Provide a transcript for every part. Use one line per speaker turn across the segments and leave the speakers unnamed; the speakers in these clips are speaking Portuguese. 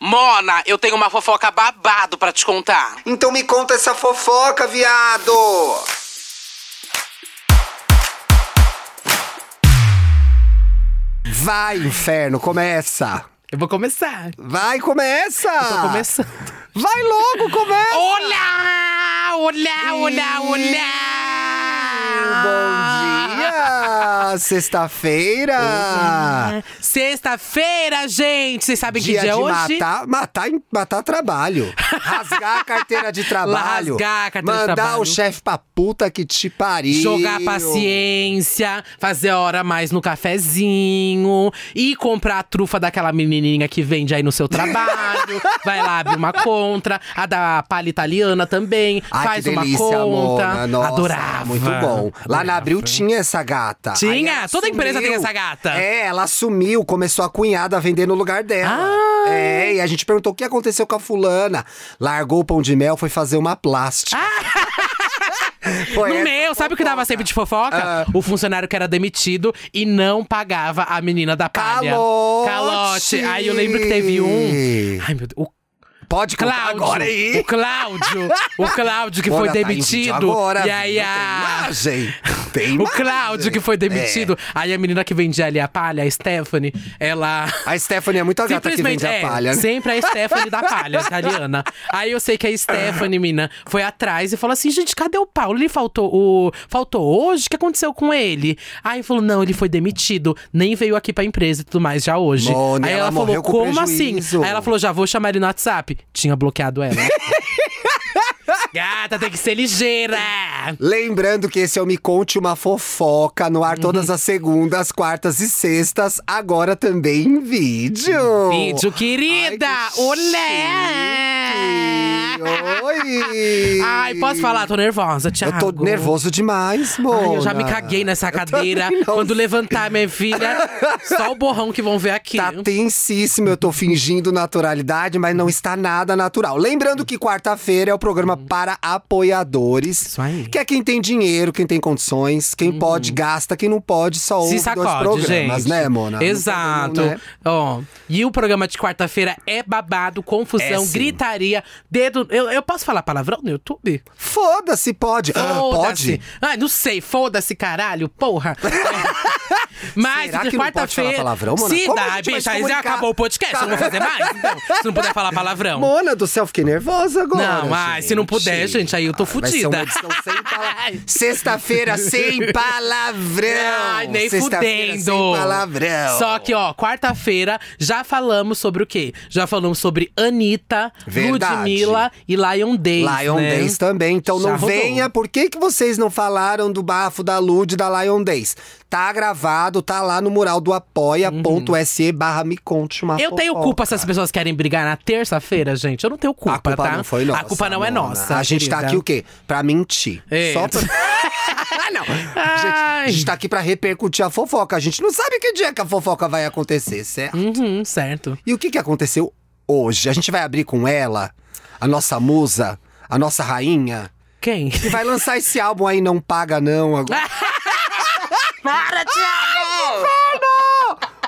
Mona, eu tenho uma fofoca babado pra te contar.
Então me conta essa fofoca, viado!
Vai, inferno, começa!
Eu vou começar.
Vai, começa!
Tô começando.
Vai logo, começa!
Olá! Olá, olá, olá!
Bom dia! Sexta-feira!
Sexta-feira, gente! Vocês sabem que
Dia
dia é
de
hoje?
matar, matar, em- matar trabalho. Rasgar a carteira de trabalho.
Rasgar a carteira de
mandar
trabalho.
o chefe pra puta que te pariu.
Jogar paciência, fazer a hora a mais no cafezinho e comprar a trufa daquela menininha que vende aí no seu trabalho. Vai lá, abre uma contra. A da palha italiana também.
Ai,
faz
que delícia,
uma conta.
Mona. Nossa,
Adorava.
Muito bom. Lá na Abril tinha essa gata.
Tinha?
Aí ela
Toda empresa tem essa gata.
É, ela sumiu, começou a cunhada a vender no lugar dela.
Ah.
É, e a gente perguntou o que aconteceu com a fulana. Largou o pão de mel, foi fazer uma plástica. Foi
Ah!
é
No
essa
meu, sabe o que dava
fofoca. Ah.
sempre de fofoca? O funcionário que era demitido e não pagava a menina da palha.
Calote!
Calote! Aí eu lembro que teve um. Ai, meu Deus. O
Pode contar
Cláudio.
agora aí.
O Cláudio. O Cláudio que
Olha,
foi
tá em vídeo
demitido.
agora,
e aí
viu? Tem
a.
imagem. Tem
O
imagem.
Cláudio que foi demitido.
É.
Aí a menina que vendia ali a palha, a Stephanie, ela.
A Stephanie é muito a gata que vende a
é,
palha. né?
sempre a Stephanie da palha, italiana. Aí eu sei que a Stephanie, mina, foi atrás e falou assim: gente, cadê o Paulo? Ele faltou, o... faltou hoje? O que aconteceu com ele? Aí falou: não, ele foi demitido, nem veio aqui pra empresa e tudo mais já hoje.
Mona,
Aí
ela
ela, falou:
morreu com
como
prejuízo."
assim? Aí ela falou: já vou chamar ele no WhatsApp. Tinha bloqueado ela. Gata, tem que ser ligeira!
Lembrando que esse é o Me Conte Uma Fofoca no ar todas
Uhum.
as segundas, quartas e sextas, agora também em vídeo.
Vídeo, querida!
Oh. Ai, que
Olé!
chique. Oi!
Ai, posso falar? Tô nervosa,
Eu
Thiago.
tô nervoso demais,
Ai,
mano.
eu já me caguei nessa cadeira. Quando levantar, minha filha, só o borrão que vão ver aqui.
Tá tensíssimo, eu tô fingindo naturalidade, mas não está nada natural. Lembrando que quarta-feira é o programa para apoiadores.
Hum. Isso aí. Uhum.
Que é quem tem dinheiro, quem tem condições, quem pode gasta, quem não pode só ouve
Se
dois
sacode,
programas,
gente.
né, Mona? Não tem
Exato.
como, né?
Ó, e o programa de quarta-feira é babado, confusão,
É, sim.
gritaria, dedo. Eu, eu posso falar palavrão no YouTube?
Foda-se, pode. Ah,
Foda-se.
pode?
Ai, não sei, foda-se, caralho, porra. É. Mas
Será que não pode
quarta-feira.
falar palavrão, Mona?
Se
Como a
dá,
gente vai se
bicha, aí já
comunicar?
acabou o podcast, eu não vou fazer mais. Então, se não puder falar palavrão.
Mona do céu, fiquei nervosa agora.
Não, ai, se não puder, gente, aí eu tô
Ai, vai ser uma
fudida.
edição sem pala- Sexta-feira sem palavrão.
Ai, nem
Sexta-feira
fudendo.
Sem palavrão.
Só que, ó, quarta-feira já falamos sobre o quê? Já falamos sobre Anitta,
Verdade.
Ludmilla e Lion Days.
Lion
né?
Days também, então
Já
não
rodou.
venha. Por que, que vocês não falaram do bafo da Lud da Lion Days? Tá gravado, tá lá no mural do apoia.se barra me conte uma
Uhum. Eu tenho
fofoca.
culpa se as pessoas querem brigar na terça-feira, gente. Eu não tenho culpa,
A culpa
tá?
não foi nossa.
A culpa não é
Mona.
nossa.
A gente tá
querida.
aqui o quê? Pra mentir.
É.
Só pra... Ah, não. Gente, a
Ai.
gente tá aqui pra repercutir a fofoca. A gente não sabe que dia que a fofoca vai acontecer, certo?
Uhum, certo.
E o que, que aconteceu hoje? A gente vai abrir com ela, a nossa musa, a nossa rainha,
Quem?
que vai lançar esse álbum aí, Não Paga Não, agora.
Para, Thiago!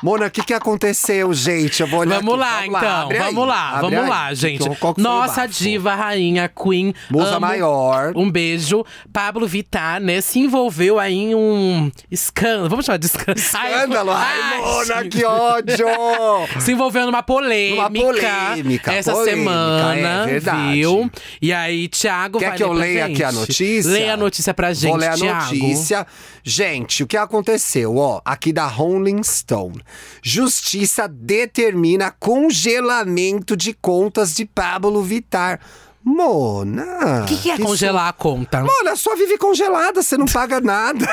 Mona, o que, que aconteceu, gente? Eu vou olhar
Vamos
aqui.
lá, então.
abre aí,
vamos lá,
abre
vamos
aí.
lá,
Que-
gente.
qual que foi o
Nossa
bafo?
diva, rainha, queen.
Musa
amo.
maior.
Um beijo. Pablo Vittar, né, se envolveu aí em um escândalo. Vamos chamar de escândalo.
Escândalo! Ai, Mona, que ódio!
Se envolveu numa polêmica,
Numa polêmica,
essa
polêmica,
semana,
é verdade.
viu? E aí, Thiago
Quer
vai
que eu
ler pra
leia
gente?
aqui a notícia?
Leia a notícia pra gente,
Vou ler a
Thiago.
notícia. Gente, o que aconteceu, ó, aqui da Rolling Stone. Justiça determina congelamento de contas de Pablo Vittar. Mona!
O que, que é congelar a conta?
Mona, só vive congelada, você não paga nada.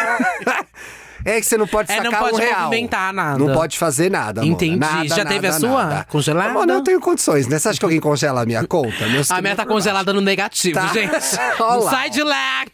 É que você não pode
É,
sacar
não pode
um real.
movimentar nada.
Não pode fazer nada, Mona.
Entendi.
Nada,
Já
nada,
teve a sua
nada.
congelada?
Mona, eu tenho condições, né? Você
tá
acha que alguém congela a minha conta? Meus
A minha tá congelada no negativo,
Tá.
gente.
Olha
Não
lá,
sai
ó.
de lá!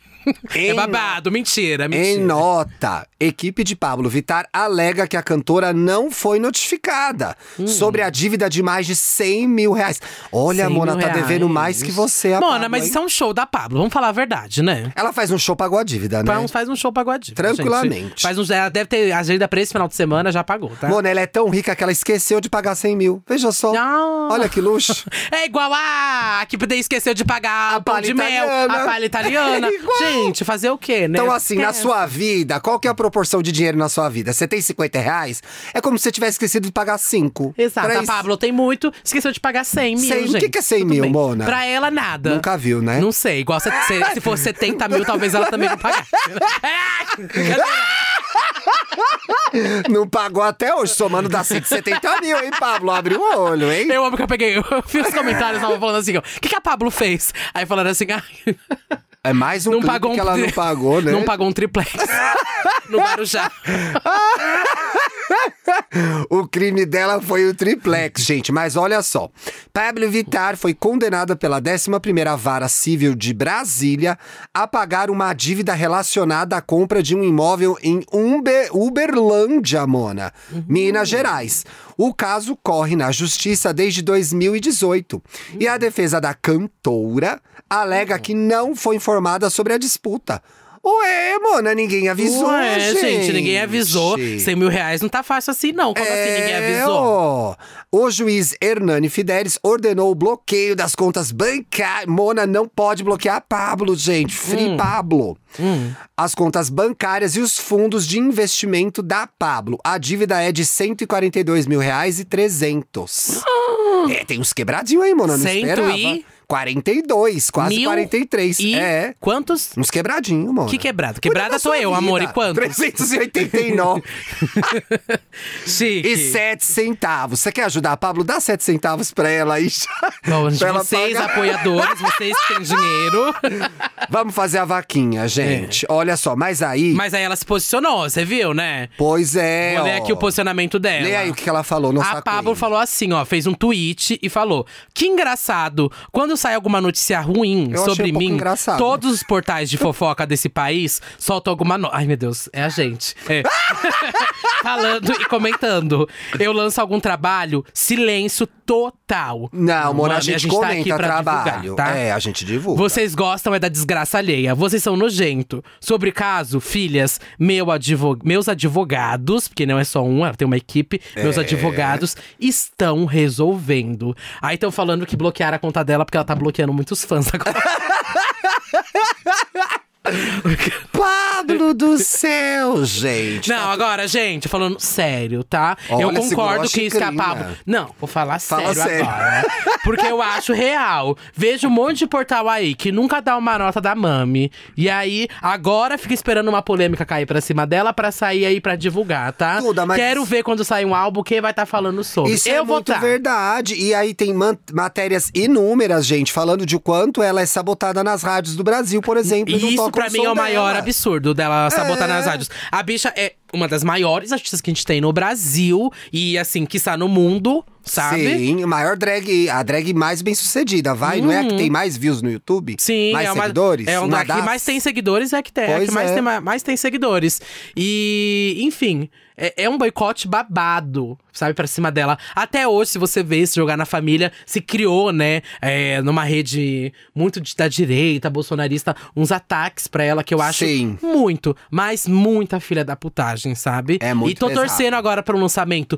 É babado, mentira,
Em
mentira.
nota, equipe de Pablo Vittar alega que a cantora não foi notificada
Hum.
sobre a dívida de mais de 100 mil reais. Olha,
100
Mona,
mil
tá devendo
reais.
mais que você. A
Mona,
Pablo,
mas
hein?
isso é um show da Pablo, vamos falar a verdade, né?
Ela faz um show, pagou a dívida, né?
Faz um- Faz um show pagou a dívida,
Tranquilamente.
gente. Faz um, ela deve ter agenda pra esse final de semana, já pagou, tá?
Mona, ela é tão rica que ela esqueceu de pagar 100 mil. Veja só.
Ah.
Olha que luxo.
É igual a que poder esqueceu de pagar
A
a pão
palha
de mel,
italiana.
a palha italiana.
É igual.
Gente, fazer o quê, né?
Então, assim, na
É.
sua vida, qual que é a proporção de dinheiro na sua vida? Você tem 50 reais? É como se você tivesse esquecido de pagar 5.
Exato, a Pablo tem muito, esqueceu de pagar 100 mil,
100, o
gente.
que que é 100
Tudo
mil,
bem.
Mona?
Pra ela, nada.
Nunca viu, né?
Não sei, igual se, se, se fosse 70 mil, talvez ela também não pagasse.
Não pagou até hoje, somando dá 170 mil, hein, Pablo? Abre o olho, hein?
Eu amo que eu peguei, eu vi os comentários, tava falando assim, ó, o que, que a Pablo fez? Aí falaram assim, ah,
É mais um
não
clipe
pagou um...
que ela não
tri-
pagou, né?
Não pagou um triplex no Marujá.
O crime dela foi o triplex, gente. Mas olha só. Pablo Vittar foi condenada pela 11ª Vara Civil de Brasília a pagar uma dívida relacionada à compra de um imóvel em Umbe- Uberlândia, Mona, Minas Gerais. O caso corre na justiça desde 2018 e a defesa da cantora alega que não foi informada sobre a disputa. Ué, Mona, ninguém avisou,
Ué,
gente.
né, ninguém avisou. 100 mil reais não tá fácil assim, não. Como assim ninguém
É,
avisou?
ó. O juiz Hernani Fidelis ordenou o bloqueio das contas bancárias. Mona não pode bloquear Pablo, gente.
Hum.
Free Pablo. As contas bancárias e os fundos de investimento da Pablo. A dívida é de 142 mil reais e 300. É, tem uns quebradinhos aí, Mona. Não
Ah! Cento
esperava.
e-
42, quase
Mil
43.
E
É.
quantos?
Uns quebradinhos, Mona.
Que quebrado? Quebrada sou eu, amor. E quantos?
389.
Chique.
E sete centavos. Você quer ajudar a Pablo? Dá sete centavos pra ela aí. já.
Bom, gente,
pra ela
vocês
pagar.
apoiadores, vocês que têm dinheiro.
Vamos fazer a vaquinha, gente. Olha só, mas aí.
É. Mas aí ela se posicionou, você viu, né?
Pois é.
Vou ler
ó.
aqui o posicionamento dela.
Lê aí o que que ela falou, nossa
A Pablo
queen.
falou assim, ó, fez um tweet e falou: "Que engraçado, quando sai alguma notícia ruim
Eu achei
sobre
um pouco
mim,
engraçado."
todos os portais de fofoca desse país soltam alguma no... Ai, meu Deus, é a gente. É. Falando e comentando. Eu lanço algum trabalho, silêncio total.
Não, Mona, a
Mano, e
gente, comenta
pra divulgar,
trabalho.
tá?
É, a gente divulga.
Vocês gostam é da desgraça alheia. Vocês são nojento. Sobre caso, filhas, meu advo- meus advogados, porque não é só um, ela tem uma equipe, meus advogados estão resolvendo. Aí estão falando que bloquearam a conta dela porque ela tá bloqueando muitos fãs agora.
Pablo do céu, gente.
não, agora, gente, falando sério, tá? eu
Olha, segurou a
concordo que isso que a
xicrinha.
Pablo. Não, vou falar
Fala
sério,
sério.
agora. né? Porque eu acho real. Vejo um monte de portal aí que nunca dá uma nota da mami. E aí, agora fica esperando uma polêmica cair pra cima dela pra sair aí pra divulgar, tá?
Duda, mas-
Quero ver quando sair um álbum quem vai estar falando sobre.
Isso
eu
é
vou
muito
tá.
verdade. E aí tem man- matérias inúmeras, gente, falando de quanto ela é sabotada nas rádios do Brasil, por exemplo. e não
E isso
tocam
pra mim
som
é o maior
dela.
absurdo dela sabotar
É.
nas rádios. A bicha é uma das maiores artistas que a gente tem no Brasil e assim, que está no mundo, sabe?
Sim, o maior drag, a drag mais bem sucedida, vai? Não é a que tem mais views no YouTube?
Uhum. Sim,
mais
é uma,
seguidores?
É uma, que
das-
mais tem seguidores, é a que, tem, é a
Pois
que mais,
é.
tem, ma- mais tem seguidores. E, enfim, é, é um boicote babado, sabe, pra cima dela. Até hoje, se você vê se jogar na família, se criou, né, é, numa rede muito de- da direita, bolsonarista, uns ataques pra ela que eu acho
Sim.
muito, mas muita filha da putagem, sabe?
É muito
E tô
pesado.
torcendo agora pra um lançamento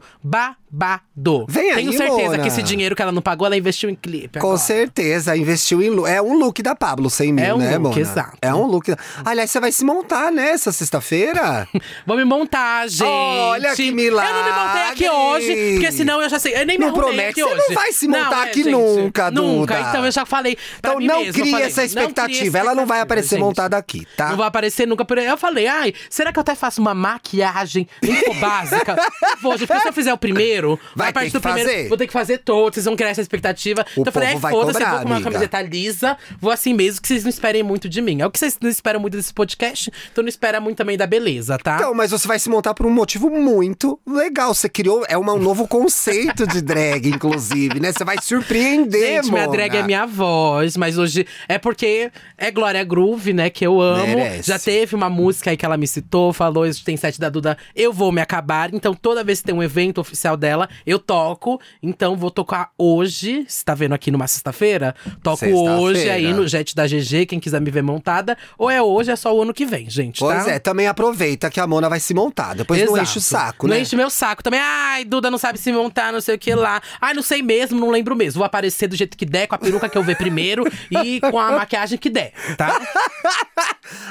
babado.
Vem
Tenho
aí,
certeza
Mona.
que esse dinheiro que ela não pagou, ela investiu em clipe.
Com
agora.
certeza, investiu em look. É um look da Pablo, 100 mil,
É um
né,
look,
Mona?
exato.
É um look. Aliás, você vai se montar nessa sexta-feira?
Vou me montar, gente.
Olha que milagre.
Eu não me montei aqui hoje, porque senão eu já sei. Eu nem me
Não
arrumei aqui
promete, você
hoje. é,
não vai se montar aqui
gente,
nunca, Duda.
Nunca, então eu já falei. pra
então
mim
não
mesma, eu
cria
falei,
essa
não cria
expectativa. Ela não vai aparecer
gente.
montada aqui, tá?
Não vai aparecer nunca por aí. Eu falei, ai, será que eu até faço uma maquiagem nem for básica? Vou, gente, porque se eu fizer o primeiro, primeiro.
Vai
a partir
ter que
do primeiro,
fazer.
Vou ter que fazer todo, vocês vão criar essa expectativa. então eu falei, ai,
povo vai
foda-se, eu vou
cobrar,
com uma
amiga.
camiseta lisa, vou assim mesmo, que vocês não esperem muito de mim. É o que vocês não esperam muito desse podcast, então não espera muito também da beleza, tá?
Então, mas você vai se montar por um motivo muito legal. Você criou, é uma- um novo conceito de drag, inclusive, né? Você vai surpreender,
Gente, minha
mona.
drag é minha voz, mas hoje é porque é Glória Groove, né? Que eu amo.
Merece.
Já teve uma música aí que ela me citou, falou: isso tem sete da Duda, eu vou me acabar. Então, toda vez que tem um evento oficial dela, eu toco. Então, vou tocar hoje. Você tá vendo aqui numa sexta-feira? Toco
Sexta-feira.
hoje aí no Jet da GG, quem quiser me ver montada. Ou é hoje, é só o ano que vem, gente.
Pois
tá?
é, também aproveita que a Mona vai se montar. Depois não
Exato.
enche o saco,
Não
né?
enche meu saco também. Ai, Duda não sabe se montar, não sei o que lá. Ai, não sei mesmo, não lembro mesmo. Vou aparecer do jeito que der, com a peruca que eu ver primeiro e com a maquiagem que der, tá?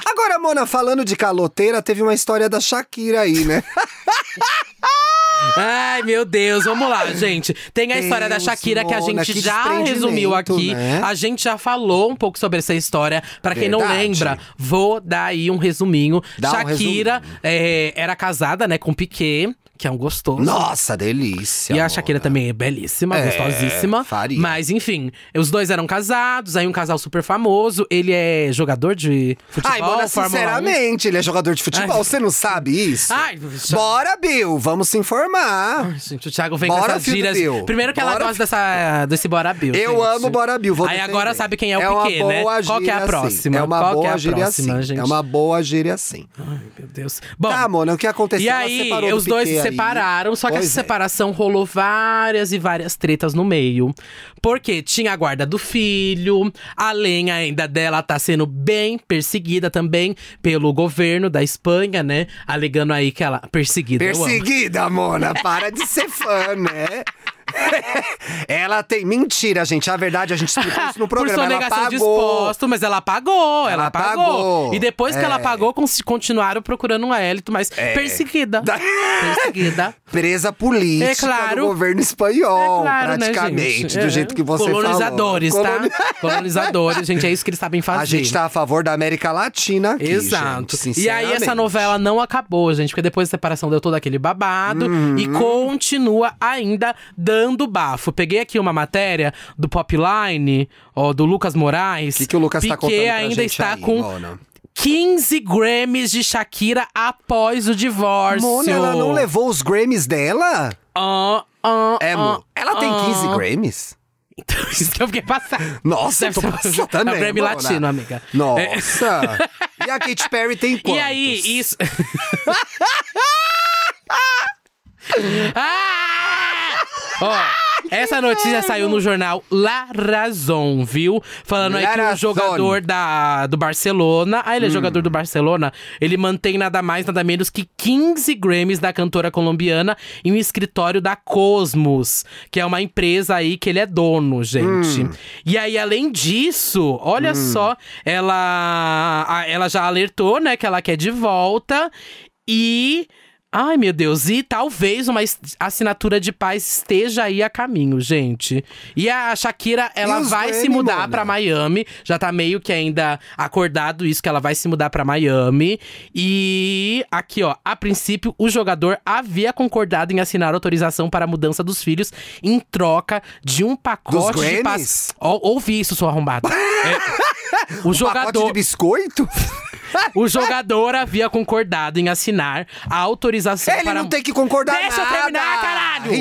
Agora, Mona, falando de caloteira, teve uma história da Shakira aí, né?
Ai, meu Deus, vamos lá, gente. Tem a
Deus,
história da Shakira que a
Mona,
gente
que
já
desprendimento,
resumiu aqui.
né?
A gente já falou um pouco sobre essa história. Pra quem não
Verdade.
lembra, vou dar aí um resuminho.
Dá um
Shakira é, era casada, né, com Piquet, que é um gostoso.
Nossa, delícia.
E a
Mona.
Shakira também é belíssima,
É,
gostosíssima.
faria.
Mas enfim, os dois eram casados, aí um casal super famoso. Ele é jogador de futebol,
Ai, Mona,
Fórmula 1.
sinceramente, ele é jogador de futebol.
Ai.
Você não sabe isso?
Ai, Thiago-
Bora, Bill, vamos se informar.
Gente, o Thiago vem
Bora,
com essas
filho do
gírias.
Bill.
Primeiro que ela
Bora,
gosta dessa, desse Bora Bill.
Eu
gente.
amo Bora Bill, vou
Aí
defender.
agora sabe quem é o
uma
Piquet, né?
boa
Qual que é a
gíria, sim.
próxima?
É uma
Qual que é
boa
a
gíria,
próxima,
sim.
gente?
É uma boa gíria, sim.
Ai, meu Deus. Bom,
Tá, Mona, o que aconteceu?
E
Ela
aí,
separou do
os dois se
Piquet aí.
separaram, só que
Pois
essa
é.
separação rolou várias e várias tretas no meio. Porque tinha a guarda do filho, além ainda dela tá sendo bem perseguida também pelo governo da Espanha, né? Alegando aí que ela. Perseguida, eu amo.
Perseguida, Mona, para de ser fã, né? ela tem. Mentira, gente. A verdade, a gente explicou isso no programa.
Por
ela
sonegação
pagou.
de exposto, mas ela pagou, ela,
Ela
pagou.
pagou.
E depois que ela
É.
pagou, cons- continuaram procurando a Elito, mas perseguida. Perseguida.
Presa política
É claro.
do governo espanhol,
É claro, né,
praticamente,
gente?
do
É.
jeito que você
Colonizadores,
falou.
tá? Colonizadores, gente, é isso que eles sabem fazer.
A gente tá a favor da América Latina aqui,
Exato.
gente,
e aí essa
sinceramente.
novela não acabou, gente, porque depois da separação deu todo aquele babado e
Uhum.
continua ainda dando bafo. Peguei aqui uma matéria do Popline, ó, do Lucas Moraes.
O que, que o Lucas tá contando
Piquet
pra
ainda
gente
está
aí,
com
Mona?
15 Grammys de Shakira após o divórcio.
Mona, ela não levou os Grammys dela?
Ah, ah,
É, Mo.
ah,
Ela tem
ah.
15 Grammys?
Então, isso que eu fiquei passada.
Nossa, eu
Deve
tô
ser-
passando também,
É o Grammy
Mona.
latino, amiga. É.
Nossa! e a Katy Perry tem
E
quantos?
aí, isso. Ah! Ó, essa notícia saiu no jornal La Razón, viu? Falando aí
La
que o
Razón.
jogador da, do Barcelona. Ah, ele é
Hum.
jogador do Barcelona. Ele mantém nada mais, nada menos que 15 Grammys da cantora colombiana em um escritório da Cosmos, que é uma empresa aí que ele é dono, gente.
Hum.
E aí, além disso, olha só, ela, a- ela já alertou, né, que ela quer de volta. E. Ai, meu Deus, e talvez uma es- assinatura de paz esteja aí a caminho, gente. E a Shakira, ela
os
vai se
Grammy,
mudar
Mona?
pra Miami. Já tá meio que ainda acordado isso, que ela vai se mudar pra Miami. E aqui, ó, a princípio, o jogador havia concordado em assinar autorização para a mudança dos filhos em troca de um pacote
Dos
de
Grammys? Um
paz. Ó, ouvi isso, sua arrombada. É, o
Pacote de
jogador.
biscoito?
O jogador havia concordado em assinar a autorização
Ele
para um-
não tem que concordar
Deixa
nada.
eu terminar, caralho!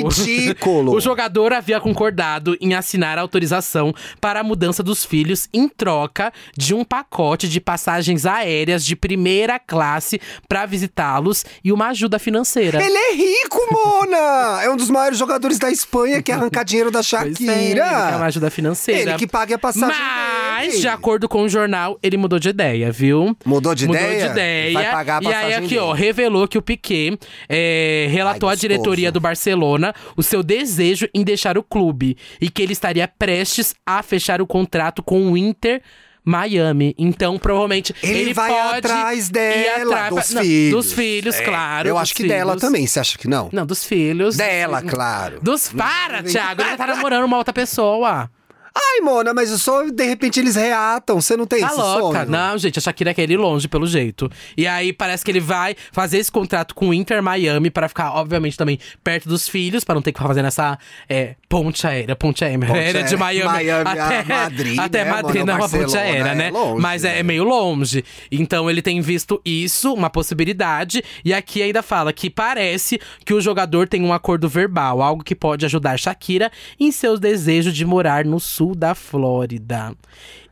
Ridículo.
o jogador havia concordado em assinar a autorização para a mudança dos filhos em troca de um pacote de passagens aéreas de primeira classe para visitá-los e uma ajuda financeira.
Ele é rico, Mona! É um dos maiores jogadores da Espanha que arrancar dinheiro da
Pois é, ele
Shakira.
quer uma ajuda financeira.
Ele que pague a passagem
Mas,
dele.
de acordo com o jornal, ele mudou de ideia, viu?
Mudou de
Mudou
ideia?
de ideia.
Vai pagar a
e aí,
passagem
aqui,
dele.
ó, revelou que o Piquet é, relatou
Ai,
à diretoria
gostoso.
do Barcelona o seu desejo em deixar o clube e que ele estaria prestes a fechar o contrato com o Inter. Miami, então provavelmente
Ele
ele,
vai
pode
atrás
ir
dela,
atrás-
dos
não,
filhos. É,
dos filhos, claro.
Eu
dos
acho que dela
filhos.
também, você acha que não?
Não, dos filhos.
Dela, claro. Hum.
Dos para, Thiago, ele tá namorando uma outra pessoa.
Ai, Mona, mas o sonho, de repente, eles reatam. Você não tem
Tá
esse
louca.
sonho?
Não, gente, a Shakira quer ir longe, pelo jeito. E aí parece que ele vai fazer esse contrato com o Inter Miami para ficar, obviamente, também perto dos filhos, para não ter que ficar fazendo essa é, ponte aérea, ponte aérea,
Ponte
aérea de
aérea.
Miami,
Miami a
até
Madrid,
até
né,
Madrid,
mano?
não, é uma ponte
Barcelona
aérea,
é
né?
longe,
Mas é, é
né?
meio longe. Então ele tem visto isso, uma possibilidade, e aqui ainda fala que parece que o jogador tem um acordo verbal, algo que pode ajudar Shakira em seus desejos de morar no sul da Flórida.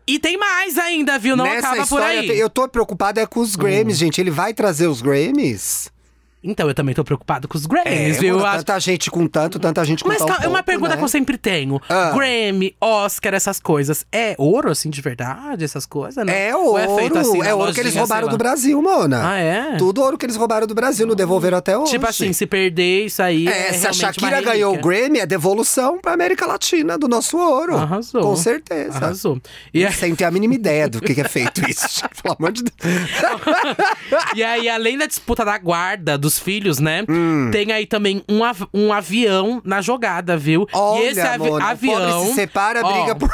E tem mais ainda, viu? Não
Nessa
acaba por
história,
aí.
eu tô preocupado é com os Grammys, gente. Ele vai trazer os Grammys?
Então eu também tô preocupado com os Grammys, viu?
mano,
É, Eu acho-
tanta gente com tanto, tanta gente com
Mas
tão
calma, é uma
pouco,
pergunta
né?
que eu sempre tenho.
Ah.
Grammy, Oscar, essas coisas. É ouro, assim, de verdade, essas coisas, né?
É
Ou
ouro,
é,
é,
feito, assim, na
ouro que eles
lojinha,
roubaram
sei lá?
do Brasil, Mona.
Ah, é?
Tudo ouro que eles roubaram do Brasil, não devolveram até hoje.
Tipo assim, se perder isso aí.
É, se a
realmente uma
Shakira ganhou o
relíquia.
Grammy, é devolução pra América Latina do nosso ouro.
Arrasou.
Com certeza.
Arrasou. E aí,
Sem ter a mínima ideia do que, que é feito isso. gente, Pelo amor de Deus.
e aí, além da disputa da guarda dos filhos, né?
Hum.
Tem aí também um, av- um avião na jogada, viu?
Olha,
e esse avi-
Mona,
avião.
O pobre se separa,
ó,
briga por,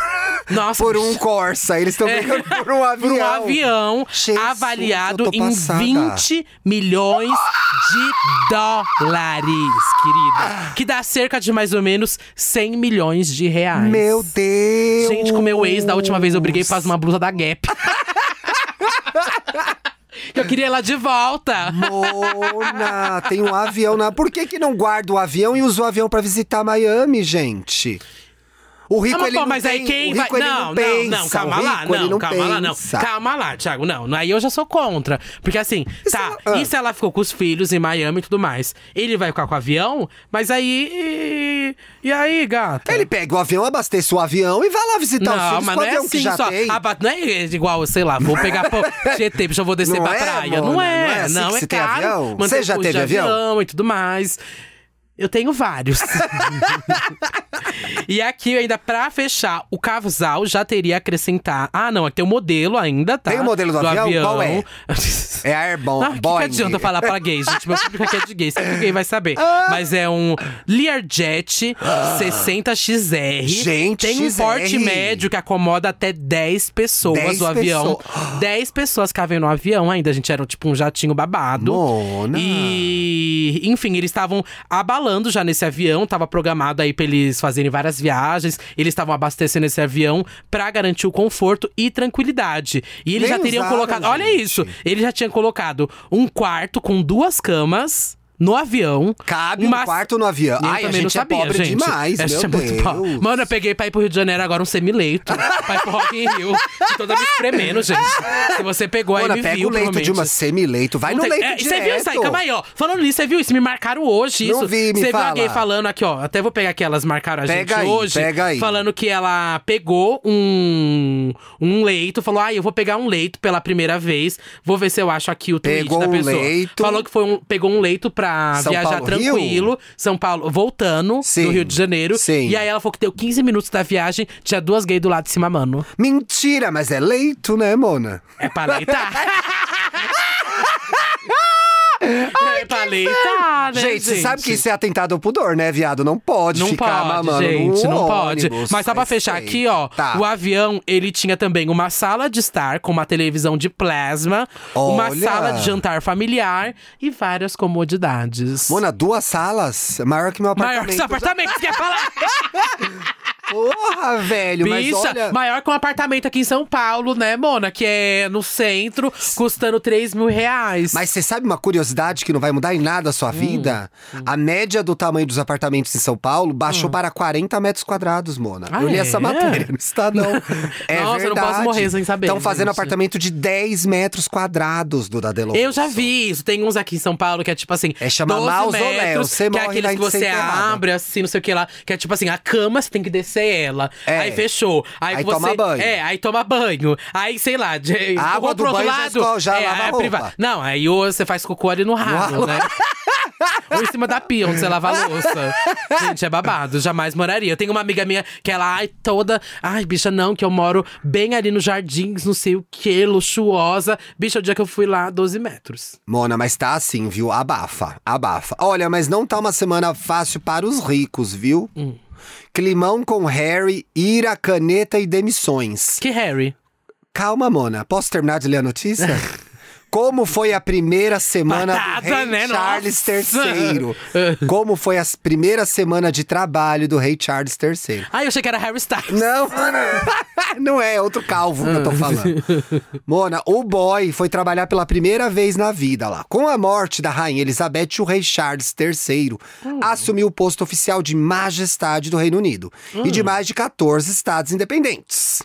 Nossa, É,
por um Corsa. Eles estão brigando por um avião.
por um avião
Jesus,
avaliado
eu tô
em
passada.
20 milhões de dólares, querida.
Ah.
Que dá cerca de mais ou menos 100 milhões de reais.
Meu Deus!
Gente, com meu ex, da última vez eu briguei por causa de uma blusa da Gap. Que eu queria ela de volta.
Mona, tem um avião na. Por que, que não guarda o avião e usa o avião pra visitar Miami, gente? O rico
Ah, mas,
ele
pô,
não
mas
tem,
aí quem
o rico,
vai.
ele
Não, não,
pensa.
não, calma
o
lá,
rico, ele
não, calma lá, não.
pensa.
Calma lá, Thiago, não. Aí eu já sou contra. Porque assim, tá,
ela- ah.
e se ela ficou com os filhos em Miami e tudo mais? Ele vai ficar com o avião, mas aí. E, e aí, gata?
Ele pega o avião, abastece o avião e vai lá visitar os
não,
filhos
mas não
com o
é
avião que
assim
já
só.
tem.
Ah, ba- não é igual, sei lá, vou pegar pô, GT, porque eu vou descer
Não
pra
é,
praia.
Mona,
não é,
não é assim que se tem
caro.
avião?
manter
Você
o
já
custo
teve
de
avião?
e tudo mais. Eu tenho vários. E aqui, ainda pra fechar, o casal já teria acrescentar. Ah, não, aqui tem o modelo ainda, tá?
Tem o modelo do avião? Qual é? É a Airborne.
Ah, que, que adianta falar pra gay, gente? Meu público aqui é de gay, sempre gay vai saber.
Ah.
Mas é um Learjet 60XR.
Gente,
Tem um porte
XR.
médio que acomoda até 10 pessoas
10
o avião.
pessoas.
10 pessoas cabem no avião ainda, a gente era tipo um jatinho babado.
Mona.
E, enfim, eles estavam abalando já nesse avião, tava programado aí pra eles fazerem várias viagens. Eles estavam abastecendo esse avião pra garantir o conforto e tranquilidade. E eles
Nem
já teriam
usaram,
colocado. Olha
gente.
isso! Ele já tinha colocado um quarto com duas camas no avião.
Cabe
uma-
um quarto no avião.
Eu
Ai, a
também
gente
não sabia,
é pobre
gente.
demais,
a
meu
gente é
Deus.
muito pobre. Mano, eu peguei pra ir pro Rio de Janeiro agora um semileito. pra ir pro Rock in Rio. De toda me espremendo, gente. Se você pegou aí,
Mona,
me
pega
viu,
o leito de
provavelmente.
uma semi-leito. Vai
Não tem-
no leito
é,
direto.
Você viu isso aí? Calma aí, ó. Falando nisso, você viu isso? Me marcaram hoje isso.
Não vi, me
Você viu
fala.
alguém falando aqui, ó. Até vou pegar que elas marcaram a
Pega
gente
aí,
hoje.
pega aí.
Falando que ela pegou um, um leito. Falou, ah, eu vou pegar um leito pela primeira vez. Vou ver se eu acho aqui o tweet
Pegou
da
um
pessoa.
leito.
Falou que foi um, pegou um leito pra
São
viajar
Paulo, Rio?
tranquilo. São Paulo, voltando
Sim,
do Rio de Janeiro.
sim.
E aí ela falou que deu 15 minutos da viagem. Tinha duas gays do lado de cima, mano.
Mentira, mas é leito, né, Mona?
É pra leitar. é pra leitar, né,
Gente, você sabe que isso é atentado ao pudor, né, viado? Não pode
não
ficar
pode,
mamando
gente,
num
não pode.
ônibus.
Mas só pra fechar
Respeita.
aqui, ó.
Tá.
O avião, ele tinha também uma sala de estar com uma televisão de plasma, uma
Olha.
sala de jantar familiar e várias comodidades.
Mona, duas salas? Maior que meu apartamento.
Maior que seu apartamento, quer falar?
Porra, velho,
Bicha,
mas olha...
maior que um apartamento aqui em São Paulo, né, Mona? Que é no centro, custando 3 mil reais.
Mas você sabe uma curiosidade que não vai mudar em nada a sua
Hum,
vida? A média do tamanho dos apartamentos em São Paulo baixou para 40 metros quadrados, Mona.
Hum. Ah,
Eu li
é?
essa matéria no Estadão. é
Nossa, eu não
verdade.
posso morrer sem saber,
Estão fazendo
gente.
apartamento de 10 metros quadrados do Dadelon.
Eu já vi isso. Tem uns aqui em São Paulo que é tipo assim.
É chama
12
mausoléu,
metros,
você
Que é
morre
aqueles
lá
que
em
você
Centelada.
abre, assim, não sei o que lá. Que é tipo assim, a cama você tem que descer ela.
É.
Aí fechou. Aí,
Aí
você.
toma banho.
É, aí toma banho. Aí, sei lá, de,
A água
ou
do
pro outro
banho já
lado.
esco- já
é,
lava
aí
a roupa.
privado. Não, aí ou você faz cocô ali no ralo,
ralo.
né? Ou em cima da pia, onde você lava a louça. Gente, é babado. Jamais moraria. Eu tenho uma amiga minha que ela, ai, toda. Ai, bicha, não, que eu moro bem ali nos jardins, não sei o que, luxuosa. Bicha, o dia que eu fui lá, 12 metros.
Mona, mas tá assim,
Hum.
viu? Abafa, abafa. Olha, mas não tá uma semana fácil para os ricos, viu? Climão com Harry, ira, caneta e demissões.
Que Harry.
Calma, Mona. Posso terminar de ler a notícia? Como foi a primeira semana do
Batata,
rei
né?
Charles
Nossa.
III? Como foi a primeira semana de trabalho do rei Charles III?
Ah, eu achei que era Harry Styles.
Não, Mona. Não é, é outro calvo que eu tô falando. Mona, o boy foi trabalhar pela primeira vez na vida lá. Com a morte da rainha Elizabeth, o rei Charles III
Hum.
assumiu o posto oficial de majestade do Reino Unido e
Hum.
de mais de 14 estados independentes.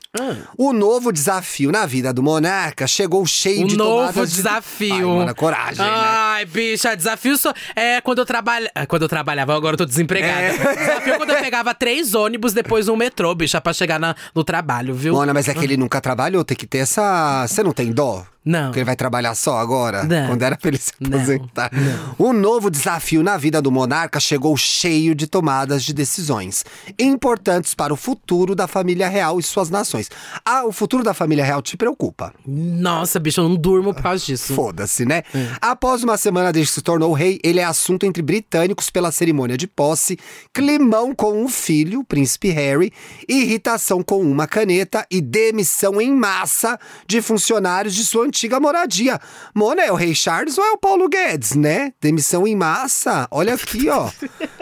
O novo desafio na vida do monarca chegou cheio
Um
de
novo
tomadas de-
desafio. Ah,
Ai, Mona, coragem, né?
Ai, bicha, desafio só. É quando eu trabalhava. Quando eu trabalhava, agora eu tô desempregada.
É.
Desafio quando eu pegava três ônibus, depois um metrô, bicha, pra chegar na- no trabalho, viu? Ah.
Mona, mas é que ele nunca trabalhou, tem que ter essa. Você não tem dó?
Não.
Que ele vai trabalhar só agora?
Não.
Quando era pra ele se
Não,
aposentar. O novo desafio na vida do monarca chegou cheio de tomadas de decisões importantes para o futuro da família real e suas nações. Ah, o futuro da família real te preocupa.
Nossa, bicha, eu não durmo por causa disso.
Foda-se, né? Após uma semana desde que se tornou rei, ele é assunto entre britânicos pela cerimônia de posse, climão com um filho, o príncipe Harry, irritação com uma caneta e demissão em massa de funcionários de sua antiga moradia. Mona, é o rei Charles ou é o Paulo Guedes, né? Demissão em massa. Olha aqui, ó.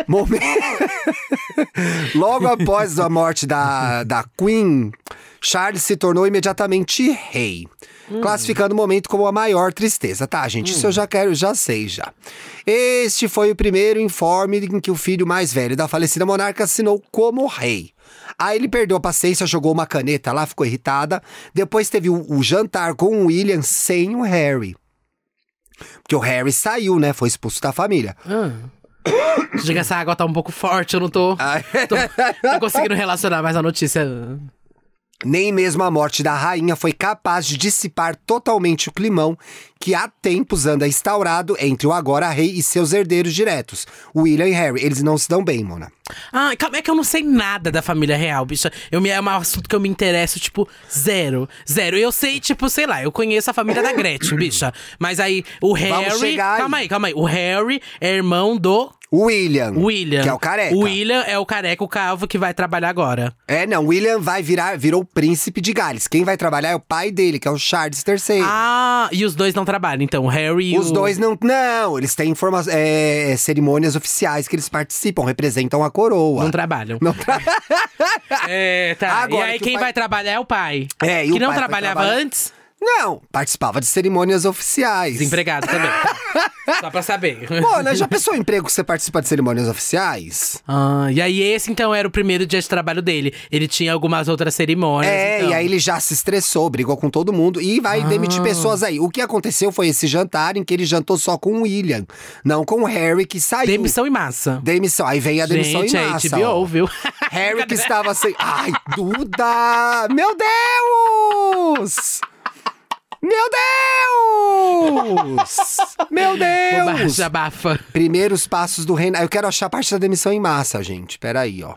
Momento... Logo após a morte da, da Queen, Charles se tornou imediatamente rei. Classificando o momento como a maior tristeza, tá, gente? Isso eu já quero, já sei já. Este foi o primeiro informe em que o filho mais velho da falecida monarca assinou como rei. Aí ele perdeu a paciência, jogou uma caneta lá, ficou irritada. Depois teve o, o jantar com o William sem o Harry. Porque o Harry saiu, né? Foi expulso da família.
Diga, Ah. essa água tá um pouco forte, eu não tô.
Ah.
tô tô conseguindo relacionar mais a notícia.
Nem mesmo a morte da rainha foi capaz de dissipar totalmente o climão que há tempos anda instaurado entre o agora rei e seus herdeiros diretos, William e Harry. Eles não se dão bem, Mona.
Ah, calma, é que eu não sei nada da família real, bicha. Eu me, é um assunto que eu me interesso, tipo, zero. Zero. Eu sei, tipo, sei lá, eu conheço a família da Gretchen, bicha. Mas aí, o Harry.
chegar aí.
Calma aí, calma aí. O Harry é irmão do
William,
William.
que é o careca.
O William é o careca, o calvo, que vai trabalhar agora.
É, não, William vai virar, virou príncipe de Gales. Quem vai trabalhar é o pai dele, que é o Charles III.
Ah, e os dois não trabalham, então. O Harry e
Os
o...
dois não. Não, eles têm informa é, cerimônias oficiais que eles participam, representam a coroa.
não trabalham.
Não tra-
É, tá.
Agora
e aí,
que o
quem
pai-
vai trabalhar é o pai.
É, e
que
o
não
pai vai
trabalhava
trabalhar-
antes?
não, participava de cerimônias oficiais.
Desempregado também. Só pra saber.
Pô, né, já pensou em emprego que você participa de cerimônias oficiais?
Ah, e aí esse então era o primeiro dia de trabalho dele. Ele tinha algumas outras cerimônias.
É,
então. Ah.
e aí ele já se estressou, brigou com todo mundo e vai demitir pessoas aí. O que aconteceu foi esse jantar em que ele jantou só com o William, não com o Harry que saiu.
Demissão em massa.
Demissão. Aí vem a demissão
Gente, é
em
a
massa.
HBO,
ó.
viu?
Harry que estava sem. Ai, Duda! Meu Deus! Meu Deus! Meu Deus!
Bobagem, abafa.
Primeiros passos do reino. Ah, Eu quero achar a parte da demissão em massa, gente. Peraí, ó.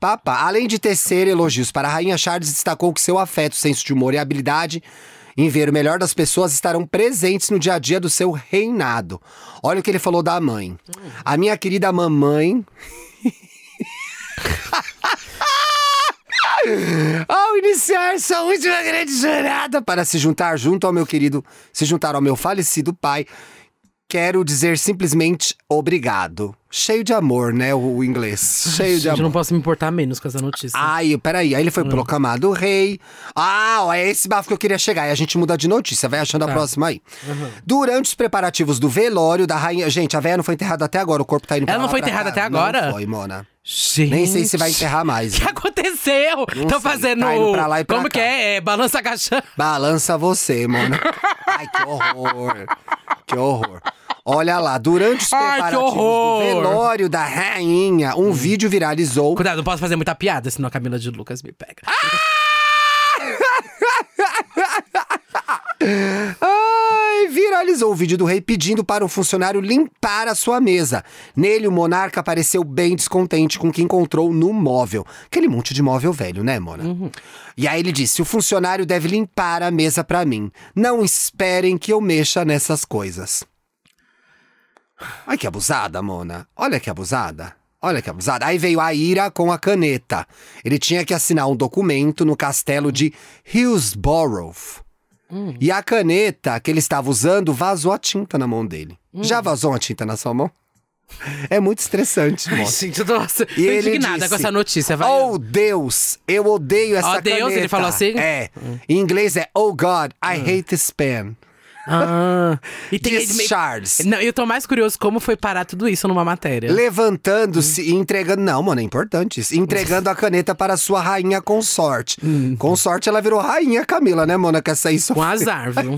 Papa, além de tecer elogios para a rainha, Charles destacou que seu afeto, senso de humor e habilidade em ver o melhor das pessoas estarão presentes no dia a dia do seu reinado. Olha o que ele falou da mãe. A minha querida mamãe. Ao iniciar sua última grande jornada para se juntar junto ao meu querido, se juntar ao meu falecido pai, quero dizer simplesmente obrigado. Cheio de amor, né, o o inglês. Cheio de
Gente, eu não
amor.
posso me importar menos com essa notícia.
Ai, peraí, aí ele
Hum.
foi proclamado rei. Ah, ó, é esse bafo que eu queria chegar. E a gente muda de notícia, vai
Tá.
achando a próxima aí. Durante os preparativos do velório da rainha. Gente, a véia não foi enterrada até agora, o corpo tá indo pra
Ela não
lá,
foi
pra
enterrada até
cá.
agora?
Não foi, Mona.
Gente.
Nem sei se vai enterrar mais. né?
O que aconteceu? Estão
sei,
fazendo.
tá indo pra lá e pra
Como
cá.
que é? é balança agachando.
Balança você, Mona. Ai, que horror. Que horror. Olha lá, durante os
Ai, que
preparativos do
horror. Hum.
velório da rainha, um vídeo viralizou
Cuidado, não posso fazer muita piada, senão a Camila de Lucas me pega.
Ai, viralizou o vídeo do rei pedindo para um funcionário limpar a sua mesa. Nele, o monarca apareceu bem descontente com o que encontrou no móvel. Aquele monte de móvel velho, né, Mona? E aí ele disse: o funcionário deve limpar a mesa para mim. Não esperem que eu mexa nessas coisas. Ai, que abusada, Mona. Olha que abusada. Olha que abusada. Aí veio a ira com a caneta. Ele tinha que assinar um documento no castelo de Hillsborough.
Hum.
E a caneta que ele estava usando vazou a tinta na mão dele.
Hum.
Já vazou uma tinta na sua mão? É muito estressante, moça.
Sinto, nossa, tô
E ele
indignada
disse,
com essa notícia, vai.
Oh, Deus, eu odeio essa
Oh, Deus,
caneta.
ele falou assim?
É. Em inglês é Oh, God, I hate this pen.
Ah, e tem ele meio-
Discharge.
Não, eu tô mais curioso como foi parar tudo isso numa matéria.
Levantando-se
Uhum.
e entregando. Não, mano, é importante isso. Entregando a caneta para sua rainha consorte. Consorte, ela virou rainha Camila, né, Mônica? Essa isso.
Uhum. Com azar, viu?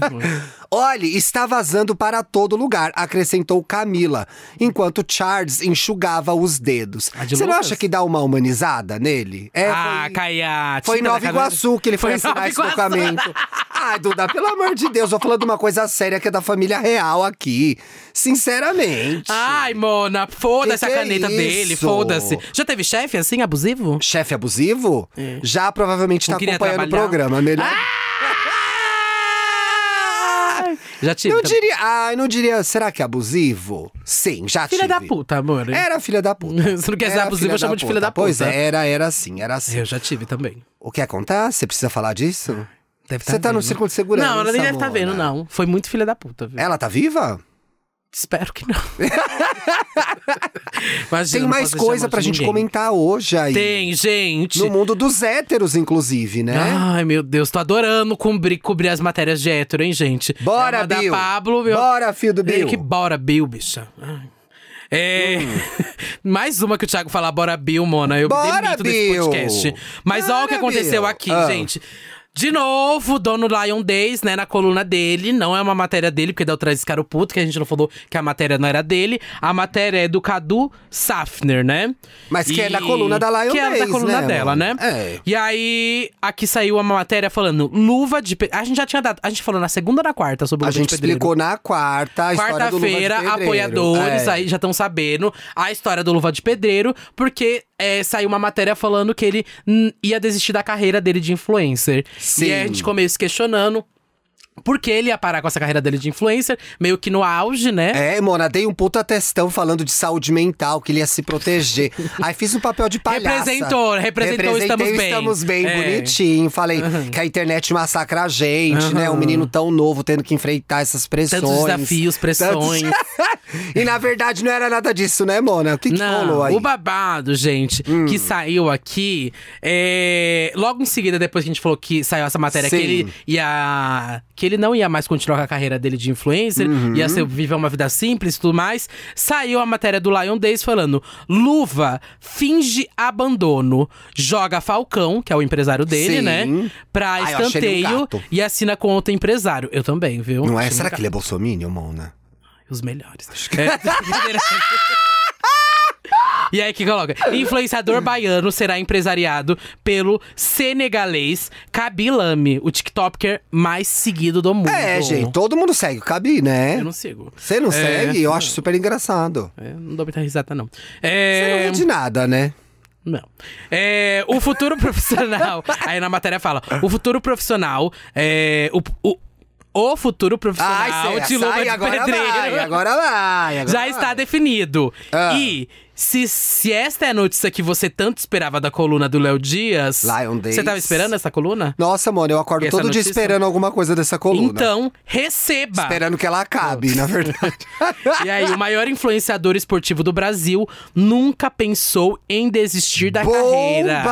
Olhe, está vazando para todo lugar, acrescentou Camila, enquanto Charles enxugava os dedos.
A de
Você não
Lucas?
acha que dá uma humanizada nele? É,
ah,
foi-
Caia.
Foi em
tinta na
Nova
caneta.
Iguaçu que ele foi,
Foi em Nova
assinar esse
Iguaçu.
documento. Ai, Duda, pelo amor de Deus, eu falando uma coisa séria que é da família real aqui. Sinceramente.
Ai, Mona, foda-se
Que que
a
é
caneta dele,
isso?
foda-se. Já teve chefe assim, abusivo?
Chefe abusivo? Já provavelmente tá
É. Não queria
acompanhando o
trabalhar. Ah!
programa. Melhor.
Já tive.
Eu
também.
diria. Ai, não diria. Será que é abusivo? Sim, já
Filha da
tive.
puta, amor.
Era filha da puta.
Você não quer ser
Era
abusivo,
filha
eu chamo
da
de filha da puta. É.
Pois é, era, era assim, era assim.
Eu já tive também.
O que é contar? Você precisa falar disso?
Deve
Você tá no
vendo.
círculo de segurança,
Não, ela nem deve estar
Mona.
vendo, não. Foi muito filha da puta, viu?
Ela tá viva?
Espero que não. Imagina,
Tem
não
mais
posso
coisa
chamar de
pra gente
ninguém.
comentar hoje aí.
Tem, gente. Ah,
No mundo dos héteros, inclusive, né?
Ai, meu Deus, tô adorando cobrir, cobrir as matérias de hétero, hein, gente?
Bora,
Uma da
Bill!
Pablo, meu.
Bora, filho do
Ei,
Bill!
É, Que bora, Bill, bicha. Ai. É. Mais uma que o Thiago fala, bora, Bill, Mona. Eu
Hum. Bora,
me demito desse
Bill!
podcast. Mas olha o que
Bora,
aconteceu
Bill!
aqui,
Ah.
gente. De novo, o dono Lion Days, né, na coluna dele. Não é uma matéria dele, porque da outra vez ficaram puto, que a gente não falou que a matéria não era dele. A matéria é do Cadu Safner, né?
Mas que é da coluna da Lion
Que é da
Days,
coluna
né,
dela,
mano?
né?
É.
E aí, aqui saiu uma matéria falando luva de... pe- A gente já tinha dado... A gente falou na segunda ou na quarta sobre
A
luva de
gente
pedreiro? né?
explicou na quarta a história do Luva de
Quarta-feira,
Pedreiro.
apoiadores
É.
aí já estão sabendo a história do Luva de Pedreiro, porque é, saiu uma matéria falando que ele hum, ia desistir da carreira dele de influencer.
Sim.
E aí a gente começou se questionando por que ele ia parar com essa carreira dele de influencer, meio que no auge, né?
É, Mona, dei um puta testão falando de saúde mental, que ele ia se proteger. Aí fiz um papel de palhaça.
Representou, representou o
Representei
Estamos
o
Bem.
Estamos bem,
É.
bonitinho. Falei que a internet massacra a gente, né? Um menino tão novo tendo que enfrentar essas pressões.
Tantos desafios, pressões.
e na verdade não era nada disso, né, Mona? O que, que rolou aí? Hum.
o babado, gente, que saiu aqui, é, logo em seguida, depois que a gente falou que saiu essa matéria, que
Sim.
ele ia. que ele não ia mais continuar com a carreira dele de influencer,
Uhum.
ia ser, viver uma vida simples e tudo mais, saiu a matéria do Lion Days falando: luva, finge abandono, joga Falcão, que é o empresário dele,
Sim.
né? Pra
Ah, eu achei ele um
escanteio
gato.
e assina com outro empresário. Eu também, viu?
Não é?
Achei um
Será
gato.
que ele é bolsominion, Mona?
Os melhores. É, brincadeira. E aí que coloca. Influenciador baiano será empresariado pelo senegalês Kabi Lame, o TikToker mais seguido do mundo.
É, gente, todo mundo segue o Cabi, né?
Eu não sigo.
Você não
É.
segue? Eu acho super engraçado.
É, não dou muita risada, não.
Você não
É...
é de nada, né?
Não. É, o futuro profissional. Aí na matéria fala: o futuro profissional. É, o, o, o futuro profissional
Ai,
de
cê-
luva
sai,
de
agora
pedreiro.
vai, agora vai. agora
Já está
vai.
definido.
Ah.
E se, se esta é a notícia que você tanto esperava da coluna do Léo Dias.
Lion Days.
Você tava esperando essa coluna?
Nossa, mano, eu acordo
E essa
todo dia
notícia?
esperando alguma coisa dessa coluna.
Então, receba!
Esperando que ela acabe, na verdade.
E aí, o maior influenciador esportivo do Brasil nunca pensou em desistir da carreira.
Bomba!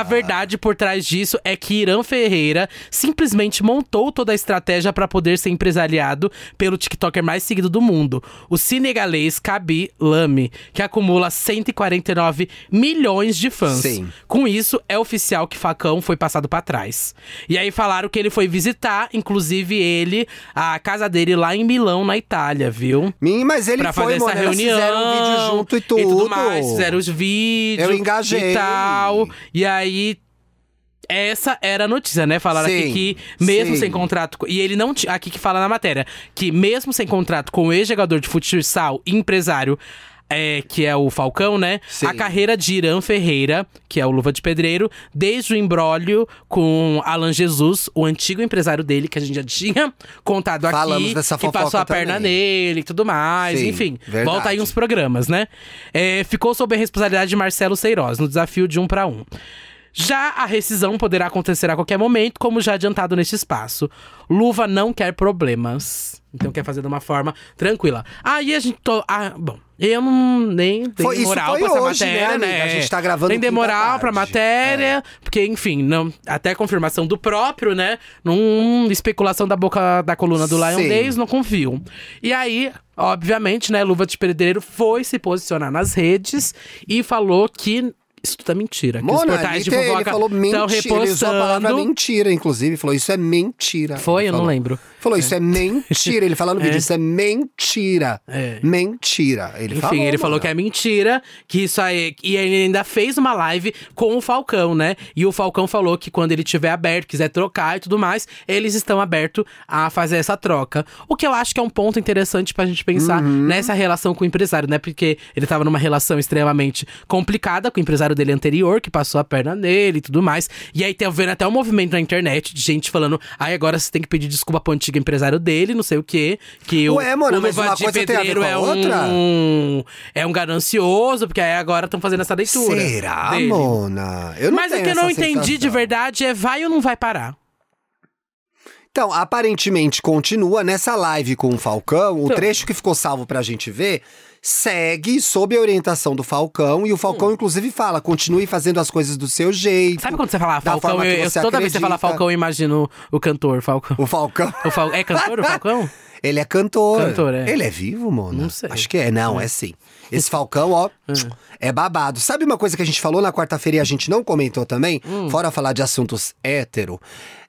A verdade por trás disso é que Irã Ferreira simplesmente montou toda a estratégia para poder ser empresariado pelo TikToker mais seguido do mundo, o senegalês Kabi Lame, que acumula 149 milhões de fãs.
Sim.
Com isso, é oficial que Facão foi passado para trás. E aí falaram que ele foi visitar, inclusive ele, a casa dele lá em Milão, na Itália, viu?
Mim, mas ele
pra fazer
foi, mano.
essa
eles
reunião.
fizeram um vídeo junto e tudo.
mais, fizeram os vídeos.
Eu engajei.
E tal. E aí. Essa era a notícia, né? Falaram
Sim,
aqui que, mesmo
sim.
sem contrato. com- E ele não tinha. Aqui que fala na matéria. Que mesmo sem contrato com o ex-jogador de futsal e empresário é, que é o Falcão, né?
Sim.
A carreira de Irã Ferreira, que é o Luva de Pedreiro, desde o imbróglio com Alan Jesus, o antigo empresário dele, que a gente já tinha contado
Falamos
aqui.
dessa
que passou
fofoca
a perna
também.
nele e tudo mais.
Sim,
Enfim,
verdade.
volta aí uns programas, né? É, ficou sob a responsabilidade de Marcelo Seiroz, no desafio de um para um. Já a rescisão poderá acontecer a qualquer momento, como já adiantado neste espaço. Luva não quer problemas. Então quer fazer de uma forma tranquila. Aí a gente. to- ah, bom, eu não nem dei
Foi- isso
moral
foi
pra essa
hoje,
matéria, né?
né, amiga? A gente tá gravando
Nem dei
quinta
moral
tarde.
pra
É.
matéria, porque, enfim, não, até confirmação do próprio, né? Num especulação da boca da coluna do Lion
Sim.
Days, não confio. E aí, obviamente, né, Luva de Pedreiro foi se posicionar nas redes e falou que isso tudo é mentira. Que os
Mona,
portais de
ele, ele
fofoca
falou
estão
mentira. Ele usou a palavra
repostando.
mentira, inclusive. Falou, isso é mentira.
Foi?
Ele
Eu não
falou.
lembro.
Falou, isso é mentira. Ele falou no vídeo, isso é mentira.
É.
Mentira. Ele
Enfim,
falou,
ele falou
mano.
que é mentira, que isso aí. E ele ainda fez uma live com o Falcão, né? E o Falcão falou que quando ele tiver aberto, quiser trocar e tudo mais, eles estão abertos a fazer essa troca. O que eu acho que é um ponto interessante pra gente pensar
Uhum.
nessa relação com o empresário, né? Porque ele tava numa relação extremamente complicada com o empresário dele anterior, que passou a perna nele e tudo mais. E aí tá vendo até um movimento na internet de gente falando: ai, agora você tem que pedir desculpa pro antigo empresário dele, não sei o quê. Que
Ué,
o,
mano,
o
mas
Luva
uma
de
coisa tem a ver
Pedreiro
com a
é
outra?
um um- é um ganancioso, porque aí agora estão fazendo essa leitura.
Será,
dele.
Mona? Eu não
Mas o
tenho
que eu não
essa
entendi de
sensação.
verdade é vai ou não vai parar?
Então, aparentemente continua nessa live com o Falcão. O
Então.
trecho que ficou salvo pra gente ver segue sob a orientação do Falcão. E o Falcão, inclusive, fala: continue fazendo as coisas do seu jeito.
Hum. Sabe quando você fala "Ah,
da
Falcão?
forma
Eu,
que
eu-
você
toda vez que você fala
acredita.
Falcão, eu imagino o cantor Falcão.
O Falcão.
O Fal- É cantor o Falcão?
Ele é cantor.
Cantor, é.
Ele é vivo, mano?
Não sei.
Acho que é. Não, é sim. Esse Falcão, ó, é babado. Sabe uma coisa que a gente falou na quarta-feira e a gente não comentou também?
Hum.
Fora falar de assuntos hétero.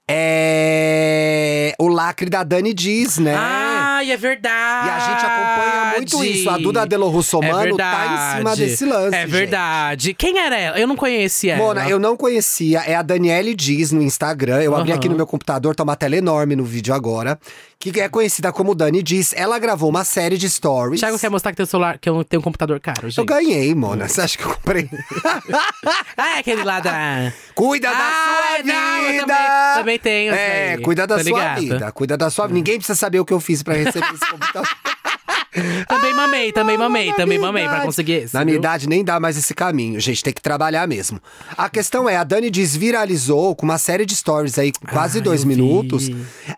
É. O lacre da Dani diz, né?
Ai, é verdade.
E a gente acompanha muito isso. A Duda Delo Russo
é
Mano tá
verdade.
em cima desse lance.
É
gente.
verdade. Quem era ela? Eu não conhecia ela.
Mona, eu não conhecia. É a Daniele Diz no Instagram. Eu abri
Aham.
aqui no meu computador, tá uma tela enorme no vídeo agora. Que é conhecida como Dani Diz. Ela gravou uma série de stories.
Thiago quer mostrar que tem um celular, que eu tenho um computador caro,
Eu
gente.
ganhei, Mona. Você acha que eu comprei?
Ah, é aquele lá da.
cuida da
Ah,
sua vida!
não, eu também- também tenho isso
É,
aí.
cuida da
Tô
sua
ligada.
vida. Cuida da sua vida. Ninguém precisa saber o que eu fiz pra receber esse computador.
Também mamei, também
Ah, Não,
mamei,
na
também
minha
mamei pra
idade-
conseguir esse.
Na minha
viu?
idade nem dá mais esse caminho, gente. Tem que trabalhar mesmo. A questão é, a Dani desviralizou com uma série de stories aí, quase
Ah,
dois
eu vi.
minutos,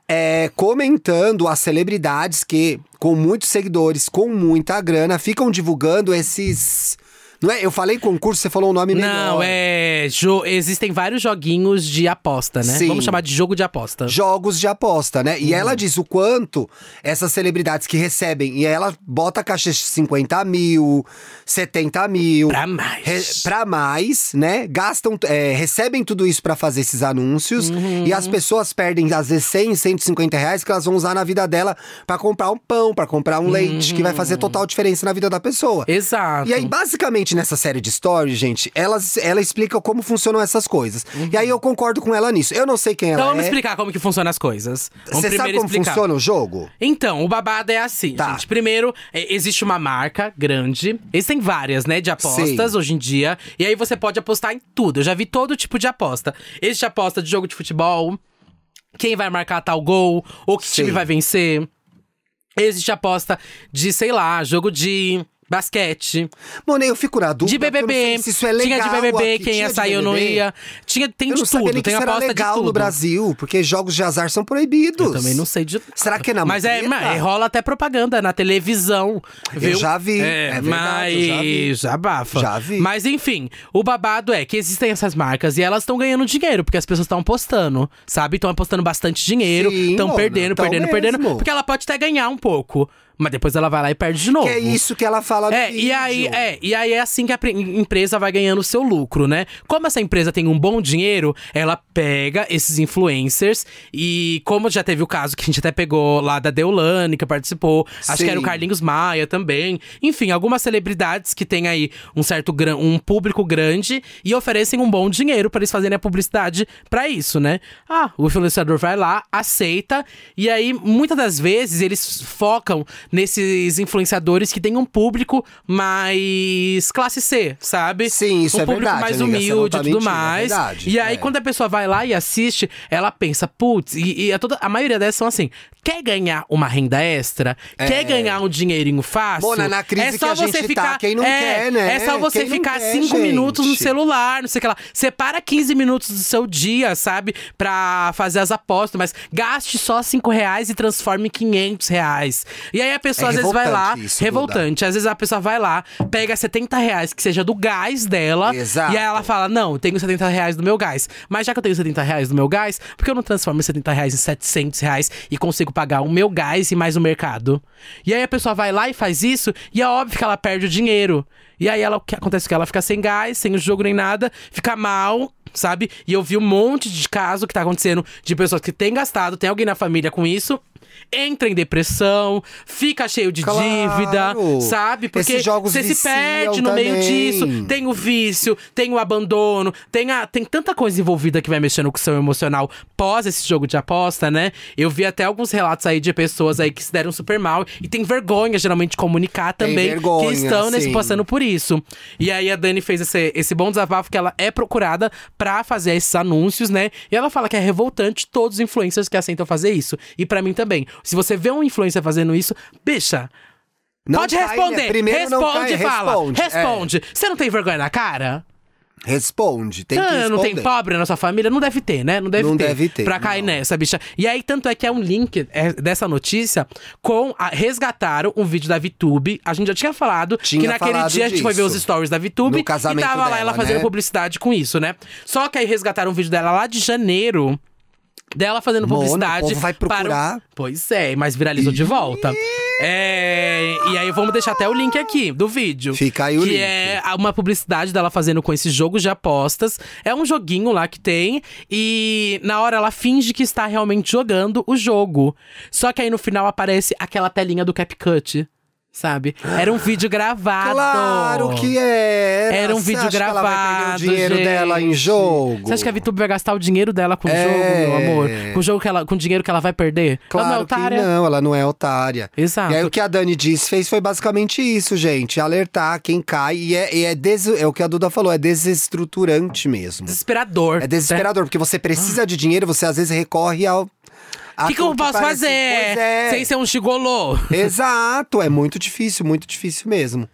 é, comentando as celebridades que, com muitos seguidores, com muita grana, ficam divulgando esses. Não é? Eu falei concurso, você falou o nome melhor.
Não, é. jo- Existem vários joguinhos de aposta, né?
Sim.
Vamos chamar de jogo de aposta.
jogos de aposta, né? E
Uhum.
ela diz o quanto essas celebridades que recebem. E ela bota a caixa de 50 mil, 70 mil.
Pra mais.
Re- Pra mais, né? Gastam, é, recebem tudo isso pra fazer esses anúncios e
Uhum.
as pessoas perdem às vezes 100, 150 reais que elas vão usar na vida dela pra comprar um pão, pra comprar um leite, que vai fazer total diferença na vida da pessoa.
Uhum. Exato.
E aí, basicamente, nessa série de stories, gente, elas, ela explica como funcionam essas coisas. E aí eu concordo com ela nisso. Eu não sei quem
Uhum. então
ela
vamos
é.
explicar como que funcionam as coisas. Vamos
Você sabe
primeiro
como
explicar.
funciona o jogo?
Então, o babado é assim,
Tá.
gente. Primeiro, é, existe uma marca grande. Existem várias, né, de apostas
Sim.
hoje em dia. E aí você pode apostar em tudo. Eu já vi todo tipo de aposta. Existe aposta de jogo de futebol, quem vai marcar tal gol, ou que
Sim.
time vai vencer. Existe aposta de, sei lá, jogo de basquete.
Mano, eu fico na dúvida.
de
porque eu não
BBB.
sei se isso é legal
tinha de BBB,
aqui.
quem
Tinha
ia
de
sair ou não
BBB?
ia. Tinha, tem
Eu
de
não sabia
tudo,
nem que
tem
isso era
aposta de
legal
tudo.
no Brasil, porque jogos de azar são proibidos.
Eu também não sei de
Será que é na
Mas é,
mureta?
mas rola até propaganda na televisão, viu?
já vi,
É,
é verdade,
mas
eu já vi.
abafa.
Já vi.
Mas enfim, o babado é que existem essas marcas e elas estão ganhando dinheiro, porque as pessoas estão apostando, sabe? Estão apostando bastante dinheiro,
Sim,
estão
Mona,
perdendo,
tão
perdendo,
mesmo.
perdendo. Porque ela pode até ganhar um pouco, mas depois ela vai lá e perde de novo.
Que é isso que ela fala
É,
no
e aí,
vídeo.
é, e aí é assim que a pre- empresa vai ganhando o seu lucro, né? Como essa empresa tem um bom dinheiro, ela pega esses influencers e como já teve o caso que a gente até pegou lá da Deolane, que participou, acho que era o
Sim.
Carlinhos Maia também. Enfim, algumas celebridades que têm aí um certo gran- um público grande e oferecem um bom dinheiro pra eles fazerem a publicidade pra isso, né? Ah, o influenciador vai lá, aceita e aí muitas das vezes eles focam nesses influenciadores que têm um público mais classe C, sabe?
Sim, isso
um
é
público
verdade,
mais
amiga, você não
humilde
tá
e tudo
mentindo, é
mais.
verdade,
e aí,
é.
quando a pessoa vai lá e assiste, ela pensa, putz, e, e a, toda, a maioria delas são assim: quer ganhar uma renda extra? Quer ganhar um dinheirinho fácil?
Mona, É. na crise
é
que
só
a gente
você
tá,
ficar,
quem não
é,
quer, né?
É só você
Quem não
ficar
quer,
cinco
gente?
minutos no celular, não sei o que lá. Separa 15 minutos do seu dia, sabe? Pra fazer as apostas, mas gaste só 5 reais e transforme em 500 reais. E aí a pessoa
É
às vezes vai lá,
revoltante isso,
revoltante. Às vezes a pessoa vai lá, pega 70 reais que seja do gás dela.
Exato.
E aí ela fala: Não, eu tenho 70 reais do meu gás. Mas já que eu tenho 70 reais do meu gás, por que eu não transformo esses 70 reais em 700 reais e consigo pagar o meu gás e mais o mercado? E aí a pessoa vai lá e faz isso, e é óbvio que ela perde o dinheiro. E aí ela, o que acontece é que ela fica sem gás, sem o jogo nem nada, fica mal, sabe? E eu vi um monte de caso que tá acontecendo de pessoas que têm gastado, tem alguém na família com isso. Entra em depressão, fica cheio de
Claro.
dívida, sabe? Porque
Esses jogos
você se
viciam
perde no meio
também.
disso, tem o vício, tem o abandono, tem, a, tem tanta coisa envolvida que vai mexendo com o seu emocional pós esse jogo de aposta, né? Eu vi até alguns relatos aí de pessoas aí que se deram super mal e tem vergonha, geralmente, de comunicar
Tem
também
vergonha,
que estão nesse,
sim.
passando por isso. E aí a Dani fez esse, esse bom desabafo que ela é procurada pra fazer esses anúncios, né? E ela fala que é revoltante todos os influencers que aceitam fazer isso. E pra mim também. Se você vê um influencer fazendo isso, bicha,
Não
Pode
cai, né?
responder.
Primeiro não
responde,
cai,
fala.
responde,
Responde.
é.
Você não tem vergonha na cara?
Responde, tem que
Ah,
responder.
não tem pobre na sua família? Não deve ter, né? Não deve
Não
ter.
deve ter,
Pra cair
não.
nessa, bicha. E aí, tanto é que é um link é, dessa notícia com. a- resgataram um vídeo da VTube. A gente já tinha falado
Tinha
que naquele
falado
dia a gente foi ver
disso.
os stories da VTube.
No casamento
e tava lá
dela,
ela fazendo
né?
publicidade com isso, né? Só que aí resgataram um vídeo dela lá de janeiro. Dela fazendo
Mona, o
publicidade.
povo vai
para o-
procurar.
Pois é, mas viralizou de volta. É, e aí vamos deixar até o link aqui do vídeo.
Fica aí o
que
link.
é uma publicidade dela fazendo com esse jogo de apostas. É um joguinho lá que tem e na hora ela finge que está realmente jogando o jogo. Só que aí no final aparece aquela telinha do CapCut, sabe? Era um vídeo gravado.
Claro que era.
Era um
Você
vídeo
acha
gravado.
Que ela vai perder o dinheiro
gente.
dela em jogo.
Você acha que a VTube vai gastar o dinheiro dela com o
É.
jogo, meu amor? Com o jogo que ela, com o dinheiro que ela vai perder? ela não é
Claro que
otária?
não, ela não é otária.
Exato.
E aí o que a Dani disse fez foi basicamente isso, gente. Alertar quem cai. E é, e é, des- é o que a Duda falou, é desestruturante mesmo.
Desesperador.
É desesperador, porque você precisa de dinheiro, você às vezes recorre ao.
O
a
que, que eu
tudo
posso
parece-
fazer?
Pois é.
Sem ser um gigolô?
Exato, é muito difícil, muito difícil mesmo.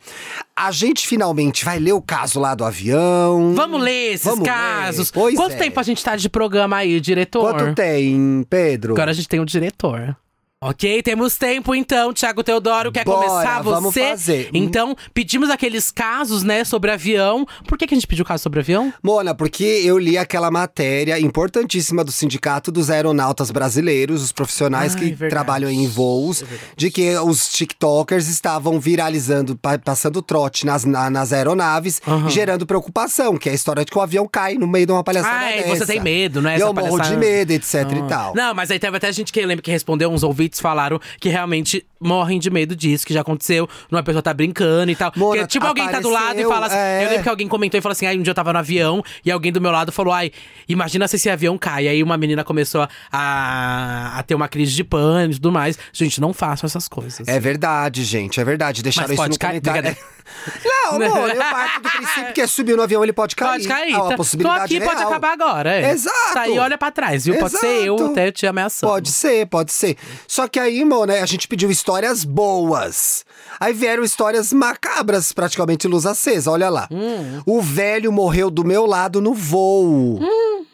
A gente finalmente vai ler o caso lá do avião.
Vamos ler esses
Vamos ler.
casos.
Pois
Quanto
é.
tempo a gente tá de programa aí, diretor?
Quanto tem, Pedro?
Agora a gente tem um diretor. Ok, temos tempo então, Tiago Teodoro, quer
Bora,
começar você?
vamos fazer.
Então, pedimos aqueles casos, né, sobre avião. Por que, que a gente pediu caso sobre avião?
Mona, porque eu li aquela matéria importantíssima do Sindicato dos Aeronautas Brasileiros, os profissionais
Ai,
que
verdade. É
trabalham em voos, de que os TikTokers estavam viralizando, pa- passando trote nas, na- nas aeronaves,
Aham.
gerando preocupação, que é a história de que o avião cai no meio de uma palhaçada
Ai, você
dessa.
tem medo, né?
Eu
essa
morro de
palhaçada.
medo, etc e
Ah.
tal.
Não, mas aí teve até gente que lembra que respondeu, uns ouvintes falaram que realmente morrem de medo disso, que já aconteceu, uma pessoa tá brincando e tal.
Mona,
que, tipo, alguém tá do lado e
apareceu,
fala assim.
é.
Eu lembro que alguém comentou e falou assim: ai, um dia eu tava no avião e alguém do meu lado falou: ai, imagina se esse avião cai. Aí uma menina começou a, a ter uma crise de pânico e tudo mais. Gente, não façam essas coisas.
É verdade, gente, é verdade. Deixaram
Mas
isso
pode
no
cair, né?
comentário.
brincadeira.
Não, amor, eu parto do princípio que subiu no avião, ele pode cair.
Pode cair.
Há É uma
tá-
possibilidade
Tô aqui, pode
real.
acabar agora. É.
Exato.
Tá aí, olha pra trás, viu? Pode ser eu
Exato.
até te ameaçando.
Pode ser, pode ser. Só que aí, mano, né, a gente pediu histórias boas. Aí vieram histórias macabras, praticamente luz acesa, olha lá.
Hum.
O velho morreu do meu lado no voo.
Hum.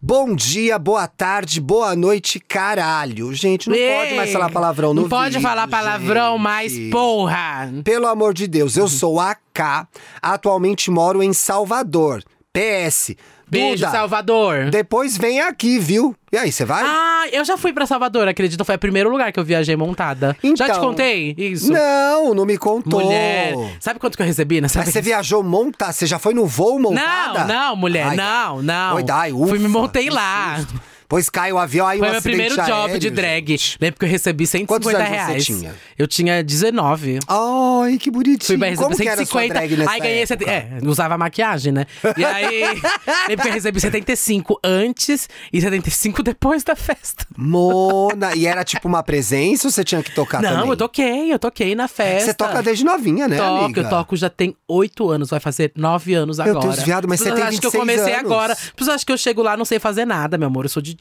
Bom dia, boa tarde, boa noite, caralho. Gente, não pode mais
Ei,
falar palavrão no
Não pode
vídeo,
falar palavrão
gente.
mais, Uhum. porra!
Pelo amor de Deus, eu sou a K, atualmente moro em Salvador. PS.
Beijo,
Duda,
Salvador!
depois vem aqui, viu? E aí, você vai?
Ah, eu já fui pra Salvador, acredito. Foi o primeiro lugar que eu viajei montada. já te
Então.
contei isso?
Não, não me contou.
Mulher, sabe quanto que eu recebi nessa
Mas você
vez?
viajou montar? Você já foi no voo montada?
Não, não, mulher,
Ai,
não, não.
Oi, dai, ufa,
Fui me montei
que
lá.
susto. Pois cai o avião, aí
Foi
um
meu primeiro
acidente
job
aéreo,
de drag.
gente.
Lembro que eu recebi 150
Quantos anos você
reais.
tinha?
Eu tinha 19.
Ai, que bonitinho.
Fui pra receber
Como que era a
150.
sua drag nessa
aí ganhei
época?
70, É, usava maquiagem, né? E aí. lembro que eu recebi 75 antes e 75 depois da festa.
Mona, e era tipo uma presença ou você tinha que tocar
Não,
Tá também? É
eu toquei, eu toquei na festa.
Você toca desde novinha, né,
Toco,
amiga?
eu toco já tem oito anos, vai fazer nove anos
Meu
agora.
Deus, viado, mas
As pessoas
você tem
acham que eu
26
comecei
anos.
agora. As pessoas acham que eu chego lá não sei fazer nada, meu amor, eu sou DJ.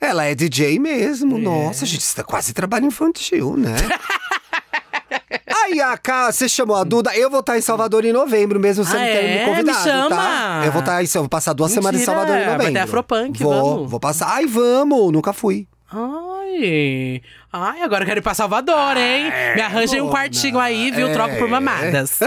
Ela é DJ mesmo. Nossa, gente, isso tá quase trabalho infantil, né? Aí, a Cá, você chamou a Duda. Eu vou estar em Salvador em novembro, mesmo você
Ah,
não tendo
é?
me convidado,
Me chama!
tá? Eu vou estar em, eu vou passar duas
Mentira,
semanas em Salvador
vai
em
ter
novembro.
Afropunk,
vou,
vamos.
Vou passar. Ai, vamos! Nunca fui.
Ai, ai, agora eu quero ir pra Salvador, hein? Me arranjem um
dona,
quartinho aí, viu?
Ah, é.
Troco por mamadas.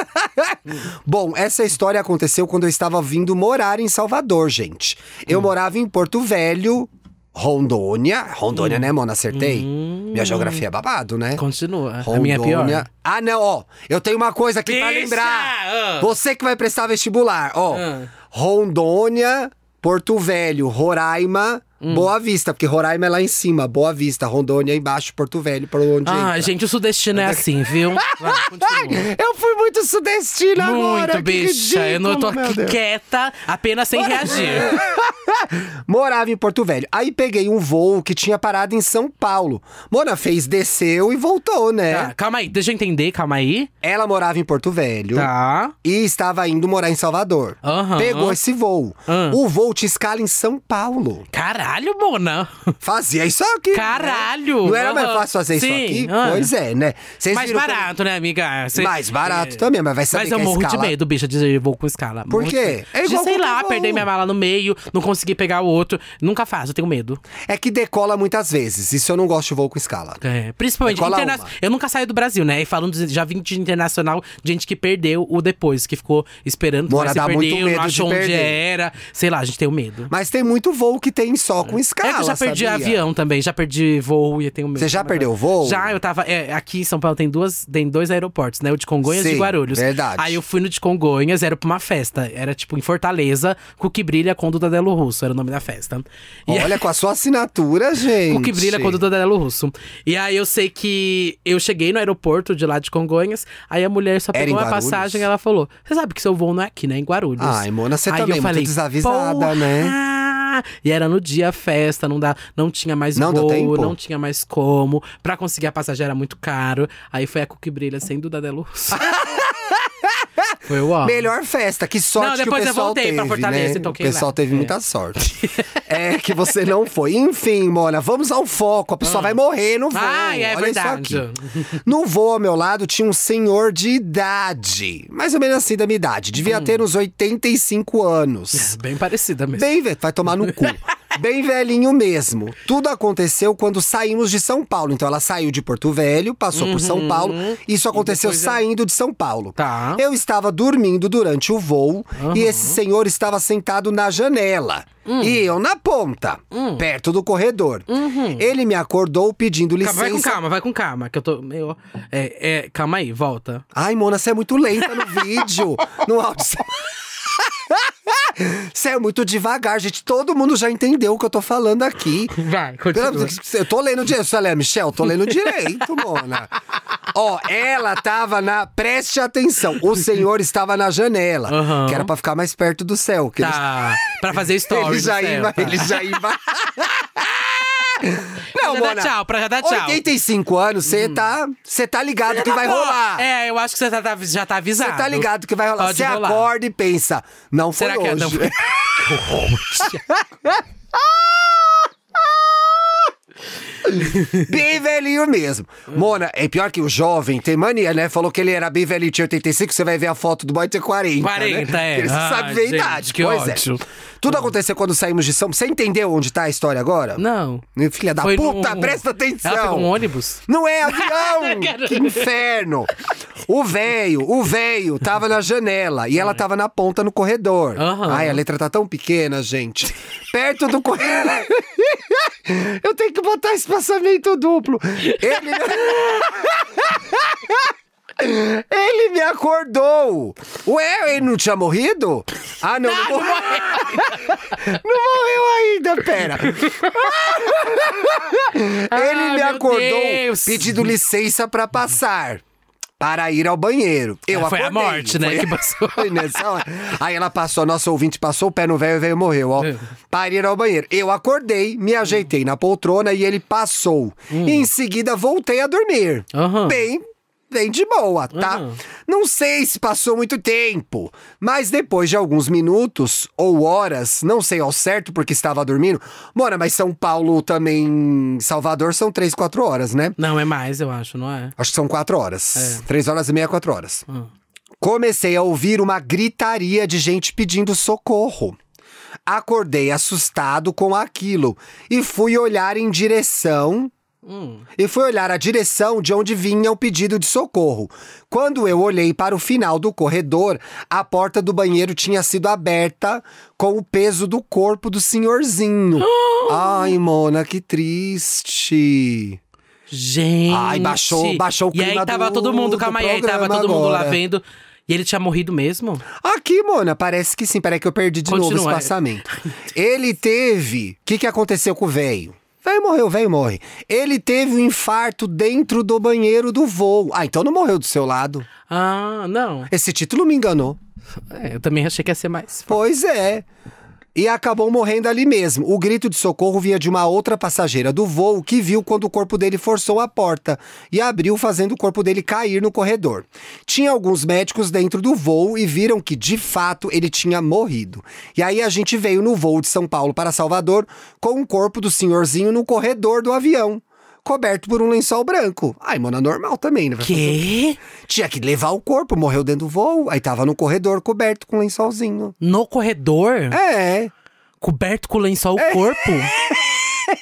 Bom, essa história aconteceu quando eu estava vindo morar em Salvador, gente.
Hum.
Eu morava em Porto Velho, Rondônia. Rondônia,
Hum.
né, Mona? Acertei? Minha geografia é babado, né?
Continua. A minha é pior.
Rondônia. Ah, não, ó. Eu tenho uma coisa aqui pra
Deixa!
lembrar.
Ah.
Você que vai prestar vestibular, ó.
Ah.
Rondônia, Porto Velho, Roraima,
Hum.
Boa Vista. Porque Roraima é lá em cima, Boa Vista. Rondônia é embaixo, Porto Velho, por onde
Ah,
entra.
gente, o sudestino é assim, viu? Vai, continua.
Eu fui muito sudestina agora.
Muito,
que
bicha. eu não tô
ridículo, meu
aqui
Deus.
quieta, apenas sem reagir.
Morava em Porto Velho. Aí peguei um voo que tinha parado em São Paulo. Mona fez, desceu e voltou, né?
Tá, calma aí, deixa eu entender, calma aí.
Ela morava em Porto Velho.
Tá.
e estava indo morar em Salvador.
Aham.
Pegou esse voo.
Ah.
O voo te escala em São Paulo.
Caralho, Mona.
Fazia isso aqui. né?
Caralho!
Não era mais
Aham.
fácil fazer
Sim,
isso aqui?
ah.
Pois é, né? Vocês
Mais
viram como-
barato, né, amiga? Cê-
Mais barato
É.
também, mas vai saber
Mas eu
que a
morro
escala...
de medo, bicha, de voo com escala.
Por
Morro de
quê?
medo.
É igual
de, sei
qualquer
lá,
voo.
perder minha mala no meio, não conseguir pegar o outro. Nunca faço, eu tenho medo.
É que decola muitas vezes. Isso eu não gosto de voo com escala.
É, principalmente
Decola
interna...
uma.
Eu nunca saio do Brasil, né? E falando, de- já vim de internacional, de gente que perdeu o depois, que ficou esperando,
Bora,
mas se
dá
perdeu,
muito medo
não
de
achou onde
perder.
era. Sei lá, a gente tem o medo.
Mas tem muito voo que tem só com escala,
é que eu já perdi
sabia?
avião também, já perdi voo e eu tenho medo.
Você já perdeu voo?
Já, eu tava. é, aqui em São Paulo tem, duas, tem dois aeroportos, né? O de Congonhas e o
Sim,
de Guarulhos.
verdade.
Aí eu fui no de Congonhas, era pra uma festa. Era tipo em Fortaleza, com o que brilha com o Dadelo Russo, era o nome da festa. E aí-
Olha, com a sua assinatura, gente.
com que brilha quando é o Dadelo Russo. E aí eu sei que eu cheguei no aeroporto de lá de Congonhas, aí a mulher só
Era
pegou
em
uma
Guarulhos?
passagem e ela falou: Você sabe que seu voo não é aqui, né? Em Guarulhos.
Ai, Mona, você
Aí
também é
eu
muito
falei,
desavisada,
"Porra!"
né?
E era no dia a festa, não, dá, não tinha mais
Não deu
voo,
tempo?
não tinha mais como. Pra conseguir a passagem era muito caro. Aí foi a Cookie Brilha sem do Dadelo Russo. foi o ó.
Melhor festa, que sorte
Não,
que
depois eu
o pessoal
voltei
teve,
pra Fortaleza,
né?
então,
O
quem lá?
pessoal teve muita sorte. é que você não foi. Enfim, Mona, vamos ao foco. A pessoa vai morrer no voo.
Ai, Ah. é
Olha
verdade.
isso aqui. No voo ao meu lado tinha um senhor de idade. Mais ou menos assim da minha idade.
Hum.
Devia ter uns 85 anos.
Bem parecida mesmo.
Bem velho, vai tomar no cu. Bem velhinho mesmo. Tudo aconteceu quando saímos de São Paulo. Então ela saiu de Porto Velho, passou por São Paulo. Isso aconteceu
Uhum. depois é- ela-
saindo de São Paulo.
Tá.
Eu estava dormindo durante o voo e esse senhor estava sentado na janela. E eu na ponta, perto do corredor. Ele me acordou pedindo
Calma, vai com
licença.
calma, vai com calma, que eu tô meio. É, é, calma aí, volta.
Ai, Mona, você é muito lenta no vídeo, no áudio. Você é muito devagar, gente. Todo mundo já entendeu o que eu tô falando aqui.
Vai,
Pelo
continua.
amor de- Eu tô lendo direito, Salia Michel, tô lendo direito, Mona. Ó, ela tava na. Preste atenção, o senhor estava na janela,
Aham.
que era pra ficar mais perto do céu. Que
Tá. Pra fazer
ele,
stories.
ele já
do céu,
ima,
tá.
ele já ima. Não,
Pra já
Mona,
dar tchau, pra já dar tchau. Hum.
85 anos, você tá, você tá ligado que vai
Pô,
rolar.
É, eu acho que você tá- tá- já tá avisado.
Você tá ligado que vai rolar.
Pode
Você
rolar.
acorda e pensa, não foi
Será que
hoje.
é? Não foi-
Bem velhinho mesmo. Mona, é pior que o jovem, tem mania, né? Falou que ele era bem velhinho, tinha 85, você vai ver a foto do boy, tinha 40.
40,
né?
é.
Porque Ele
Ah,
sabe ver
gente,
a idade.
que
pois
ótimo.
é. Tudo aconteceu quando saímos de São Você entendeu onde tá a história agora?
Não.
Filha da
Foi
puta,
num-
presta atenção.
Ela pegou um ônibus?
Não é avião! que inferno! O véio, o véio tava na janela e ela tava na ponta no corredor.
Aham.
Ai, a letra tá tão pequena, gente. Perto do corredor. Eu tenho que botar espaçamento duplo. Ele. Ele me acordou! Ué, ele não tinha morrido? Ah, não, não,
Ah, não
morreu.
morreu.
não morreu ainda, pera. Ele
Ah,
me
meu
acordou
Deus.
pedindo licença pra passar. Para ir ao banheiro. Eu
Ah, foi a
acordei.
morte, né,
Foi-
que passou.
Foi nessa hora. Aí ela passou, a nossa ouvinte passou o pé no velho e o velho morreu, ó.
É.
Para ir ao banheiro. Eu acordei, me ajeitei na poltrona e ele passou.
Hum.
Em seguida, voltei a dormir.
Aham.
Bem, bem de boa, tá?
Aham.
Não sei se passou muito tempo, mas depois de alguns minutos ou horas, não sei ao certo porque estava dormindo. Mora, mas São Paulo também, Salvador são três, quatro horas, né?
Não, é mais, eu acho, não é? Hum.
Acho que são quatro horas. Três horas e meia, quatro horas. Comecei a ouvir uma gritaria de gente pedindo socorro. Acordei assustado com aquilo e fui olhar em direção.
Hum.
E fui olhar a direção de onde vinha o pedido de socorro. Quando eu olhei para o final do corredor, a porta do banheiro tinha sido aberta com o peso do corpo do senhorzinho. Ai, Mona, que triste.
Gente.
Ai, baixou- baixou o
E aí
clima
tava
do-
todo mundo,
do
calma aí, aí tava
programa
todo mundo lá
agora.
vendo. E ele tinha morrido mesmo?
Aqui, Mona, parece que sim. Peraí que eu perdi de novo o
Continua.
espaçamento. Ele teve... O que, que aconteceu com o velho? Velho morreu, velho morre. Ele teve um infarto dentro do banheiro do voo. Ah, então não morreu do seu lado.
Ah, não.
Esse título me enganou.
É, eu também achei que ia ser mais.
Pois é. E acabou morrendo ali mesmo. O grito de socorro vinha de uma outra passageira do voo que viu quando o corpo dele forçou a porta e abriu, fazendo o corpo dele cair no corredor. Tinha alguns médicos dentro do voo e viram que, de fato, ele tinha morrido. E aí a gente veio no voo de São Paulo para Salvador com o corpo do senhorzinho no corredor do avião, coberto por um lençol branco. Ai, mano, é normal também, né? Vai fazer o
Quê?
quê? Tinha que levar o corpo, morreu dentro do voo, aí tava no corredor coberto com um lençolzinho.
No corredor?
É,
Coberto com lençol o corpo?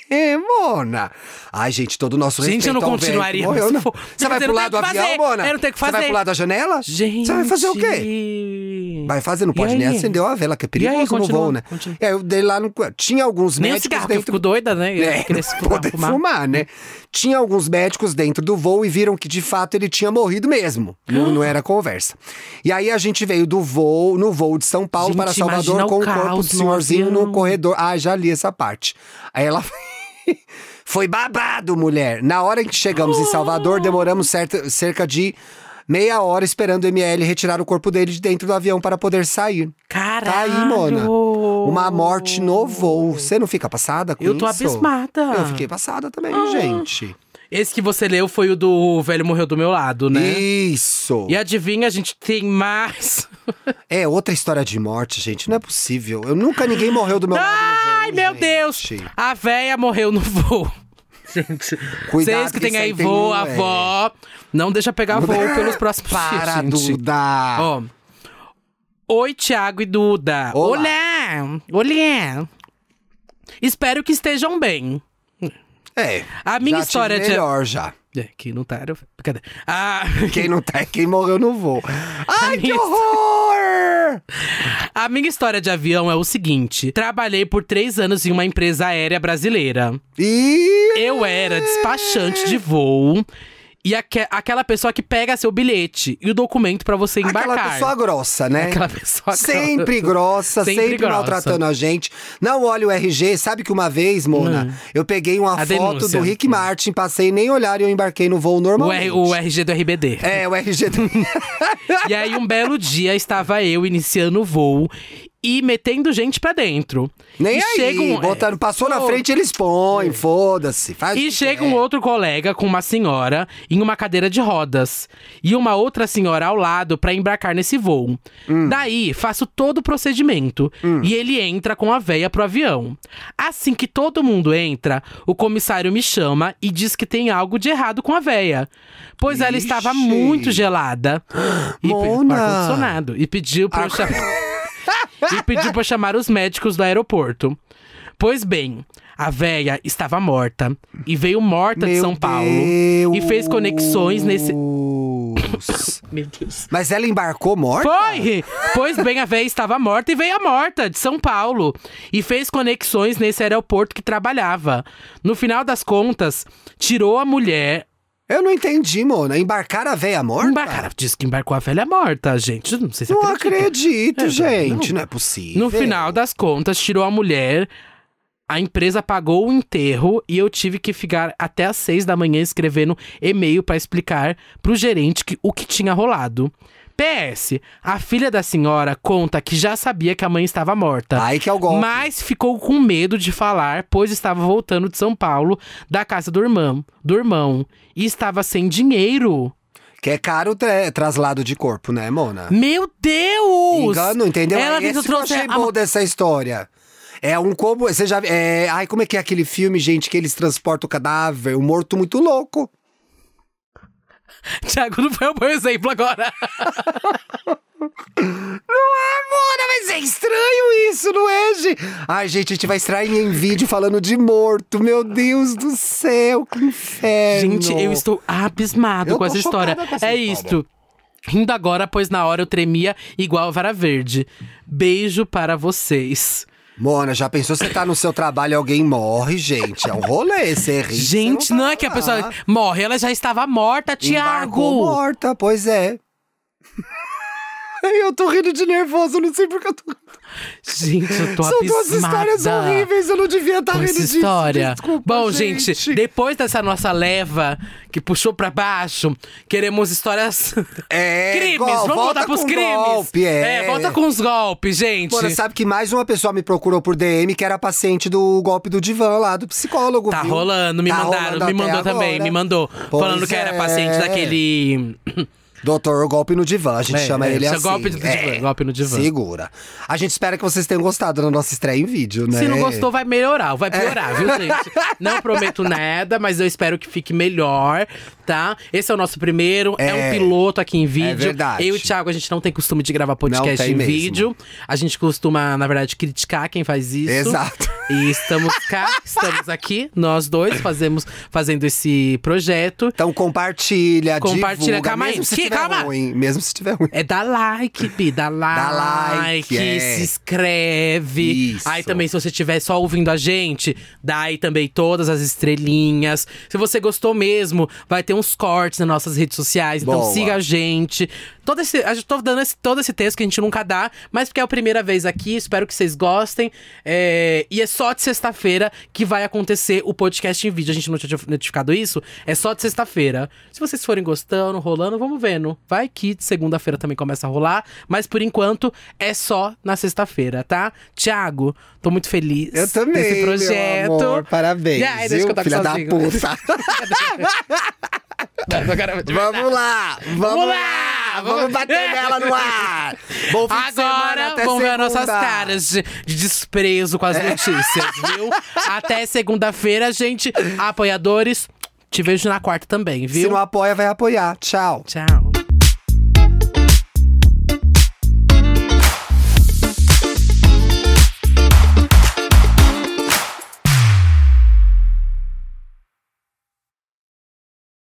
é, Mona. Ai, gente, todo o nosso
Gente,
respeito
eu não
ao velho que
continuaria,
morreu,
mas
não.
se for-
Você vai
Mas eu não tenho
pular do
o que
avião,
fazer,
Mona?
eu não tenho o que
Você vai
fazer.
pular da janela?
Gente.
Você vai fazer o quê? Vai fazer, não
E
pode nem
aí?
acender o vela, que é perigoso
aí,
no
continua,
voo, né?
continua.
É, eu dei lá no... Tinha alguns
Nem o
médicos
cigarro, que eu
dentro...
fico doida, né? Eu
É,
queria
não
fumar,
poder fumar. né? Tinha alguns médicos dentro do voo e viram que de fato ele tinha morrido mesmo. Não, não era conversa. E aí a gente veio do voo, no voo de São Paulo
Gente,
para Salvador
imagina o
com o corpo do
caos no
senhorzinho no
avião.
corredor. Ah, já li essa parte. Aí ela foi babado, mulher. Na hora que chegamos em Salvador, demoramos certa- cerca de meia hora esperando o ML retirar o corpo dele de dentro do avião para poder sair.
Caralho.
Tá aí, Mona. Uma morte no voo. Você não fica passada com
Eu tô
isso?
abismada.
Eu fiquei passada também,
Ah.
gente.
Esse que você leu foi o do Velho Morreu do Meu Lado, né?
Isso!
E adivinha, a gente tem mais.
É outra história de morte, gente. Não é possível. Eu nunca ninguém morreu
Ah!
do meu lado. no voo,
Ai, meu
gente.
Deus! A véia morreu no voo.
Cuidado
Vocês que
que
tem
isso
aí
aí tem
voo,
um, é.
avó, não deixa pegar voo pelos próximos
Para,
dias, gente.
Duda!
Ó. Oi, Tiago e Duda.
Olá.
Olá! Olá! Espero que estejam bem.
É.
A minha
já
história
tive
de-
melhor já.
É, quem não tá era... Cadê? Ah,
Quem não tá é quem morreu no voo. Ai, que
minha-
horror!
a minha história de avião é o seguinte. Trabalhei por três anos em uma empresa aérea brasileira.
E
Eu era despachante de voo e aque- aquela pessoa que pega seu bilhete e o documento pra você embarcar.
aquela pessoa grossa, né?
Aquela pessoa
Sempre grossa, sempre,
Sempre grossa.
maltratando a gente. Não olha o RG. Sabe que uma vez, Mona, eu peguei uma
Hum. A
foto
denúncia. Hum.
do Rick Martin, passei nem olhar e eu embarquei no voo
O,
normalmente.
R- o RG do RBD.
É, o RG do...
E aí, um belo dia, estava eu iniciando o voo e metendo gente pra dentro.
Nem
e
aí,
chega um- é,
botando, passou na
pô,
frente, eles põem, foda-se. Faz o
E
que é.
chega
quer.
um outro colega com uma senhora em uma cadeira de rodas e uma outra senhora ao lado pra embarcar nesse voo.
Hum.
Daí, faço todo o procedimento e ele entra com a véia pro avião. Assim que todo mundo entra, o comissário me chama e diz que tem algo de errado com a véia, pois ela estava
Ixi.
muito gelada e
Mona.
ar-condicionado e pediu pra eu
Ar-
chamar e pediu pra chamar os médicos do aeroporto. Pois bem, a véia estava morta e veio morta de
Meu
São Paulo e fez conexões nesse.
Deus.
Meu Deus.
Mas ela embarcou morta?
Foi! Pois bem, a véia estava morta e veio a morta de São Paulo e fez conexões nesse aeroporto que trabalhava. No final das contas, tirou a mulher
Eu não entendi, Mona. Embarcar a véia morta?
Embarcar, diz que embarcou a velha morta, gente. Não sei se
Não
acredita.
acredito,
É,
gente. Não,
não.
é possível.
No final das contas, tirou a mulher. A empresa pagou o enterro e eu tive que ficar até às seis da manhã escrevendo e-mail pra explicar pro gerente que, o que tinha rolado. PS, a filha da senhora conta que já sabia que a mãe estava morta.
Aí que é o golpe.
Mas ficou com medo de falar, pois estava voltando de São Paulo, da casa do irmão, do irmão e estava sem dinheiro.
Que é caro o tra- traslado de corpo, né, Mona?
Meu Deus!
Engano, entendeu? É
Ela
Esse
tentou
que eu
trouxer
achei
a
bom dessa história. É um combo. Você já. É, ai, como é que é aquele filme, gente, que eles transportam o cadáver? O morto muito louco.
Tiago não foi um bom exemplo agora.
Mona, mas é estranho isso, não é, gente? Ai, gente, a gente vai extrair em vídeo falando de morto. Meu Deus do céu, que inferno.
Gente, eu estou abismado
É, Eu
com
tô
essa história.
chocada com essa
é
história.
isto. Rindo agora, pois na hora eu tremia igual vara verde. Beijo para vocês.
Mona, já pensou você tá no seu trabalho e alguém morre, gente? É um rolê, você ri. você
Gente, não,
tá
é que a
lá.
pessoa morre, ela já estava morta,
Embarcou
Tiago.
morta, pois é. Eu tô rindo de nervoso, eu não sei porque eu tô.
Gente, eu tô
São
abismada.
duas histórias horríveis, eu não devia estar
com
rindo
essa
disso.
história.
Desculpa,
Bom, gente.
gente.
depois dessa nossa leva que puxou pra baixo, queremos histórias.
É,
crimes,
igual,
vamos
volta
voltar pros
com
crimes.
golpe, é.
volta com os golpes, gente.
Mano, sabe que mais uma pessoa me procurou por DM que era paciente do golpe do divã lá, do psicólogo.
Tá
viu?
rolando, me
Tá
mandaram,
rolando
me
até
mandou também,
agora.
me mandou.
Pois
falando que era
é.
paciente daquele.
Doutor Golpe no Divã, a gente
É,
chama
é,
ele
isso é
assim.
golpe do divã, golpe no divã.
Segura. A gente espera que vocês tenham gostado da nossa estreia em vídeo, né?
Se não gostou, vai melhorar, vai piorar, viu,
É.
gente? Não prometo nada, mas eu espero que fique melhor, tá? Esse é o nosso primeiro, é,
É.
um piloto aqui em vídeo.
verdade.
Eu e o Thiago, a gente não tem costume de gravar podcast
tem
em
mesmo.
vídeo. A gente costuma, na verdade, criticar quem faz isso.
Exato.
E estamos cá, estamos aqui, nós dois, fazemos, fazendo esse projeto.
Então compartilha,
Compartilha,
divulga,
calma aí.
mesmo se
Que-
tiver
calma.
ruim, mesmo se tiver ruim.
É dá like, Pi, dá like.
like, é.
Se inscreve.
Isso.
Aí também, se você estiver só ouvindo a gente, dá aí também todas as estrelinhas. Se você gostou mesmo, vai ter uns cortes nas nossas redes sociais. Então
Boa.
siga a gente. Todo esse, eu tô dando esse, todo esse texto que a gente nunca dá, mas porque é a primeira vez aqui, espero que vocês gostem. É, e é só de sexta-feira que vai acontecer o podcast em vídeo. A gente não tinha notificado isso? É só de sexta-feira. Se vocês forem gostando, rolando, vamos vendo. Vai que de segunda-feira também começa a rolar, mas por enquanto é só na sexta-feira, tá? Tiago, tô muito feliz
Eu também,
desse
meu
projeto.
amor, parabéns,
E aí, deixa
viu,
eu contar
filha da
sozinho.
puta. Vamos lá, vamos,
Vamos
lá,
lá,
vamos
vamos-
bater nela no ar. Bom fim de semana,
Agora
até
vão ver
segunda. É.
nossas caras de, de desprezo com as notícias, viu? Até segunda-feira, gente. Apoiadores, te vejo na quarta também,
Se
viu?
não apoia, vai apoiar. Tchau.
Tchau.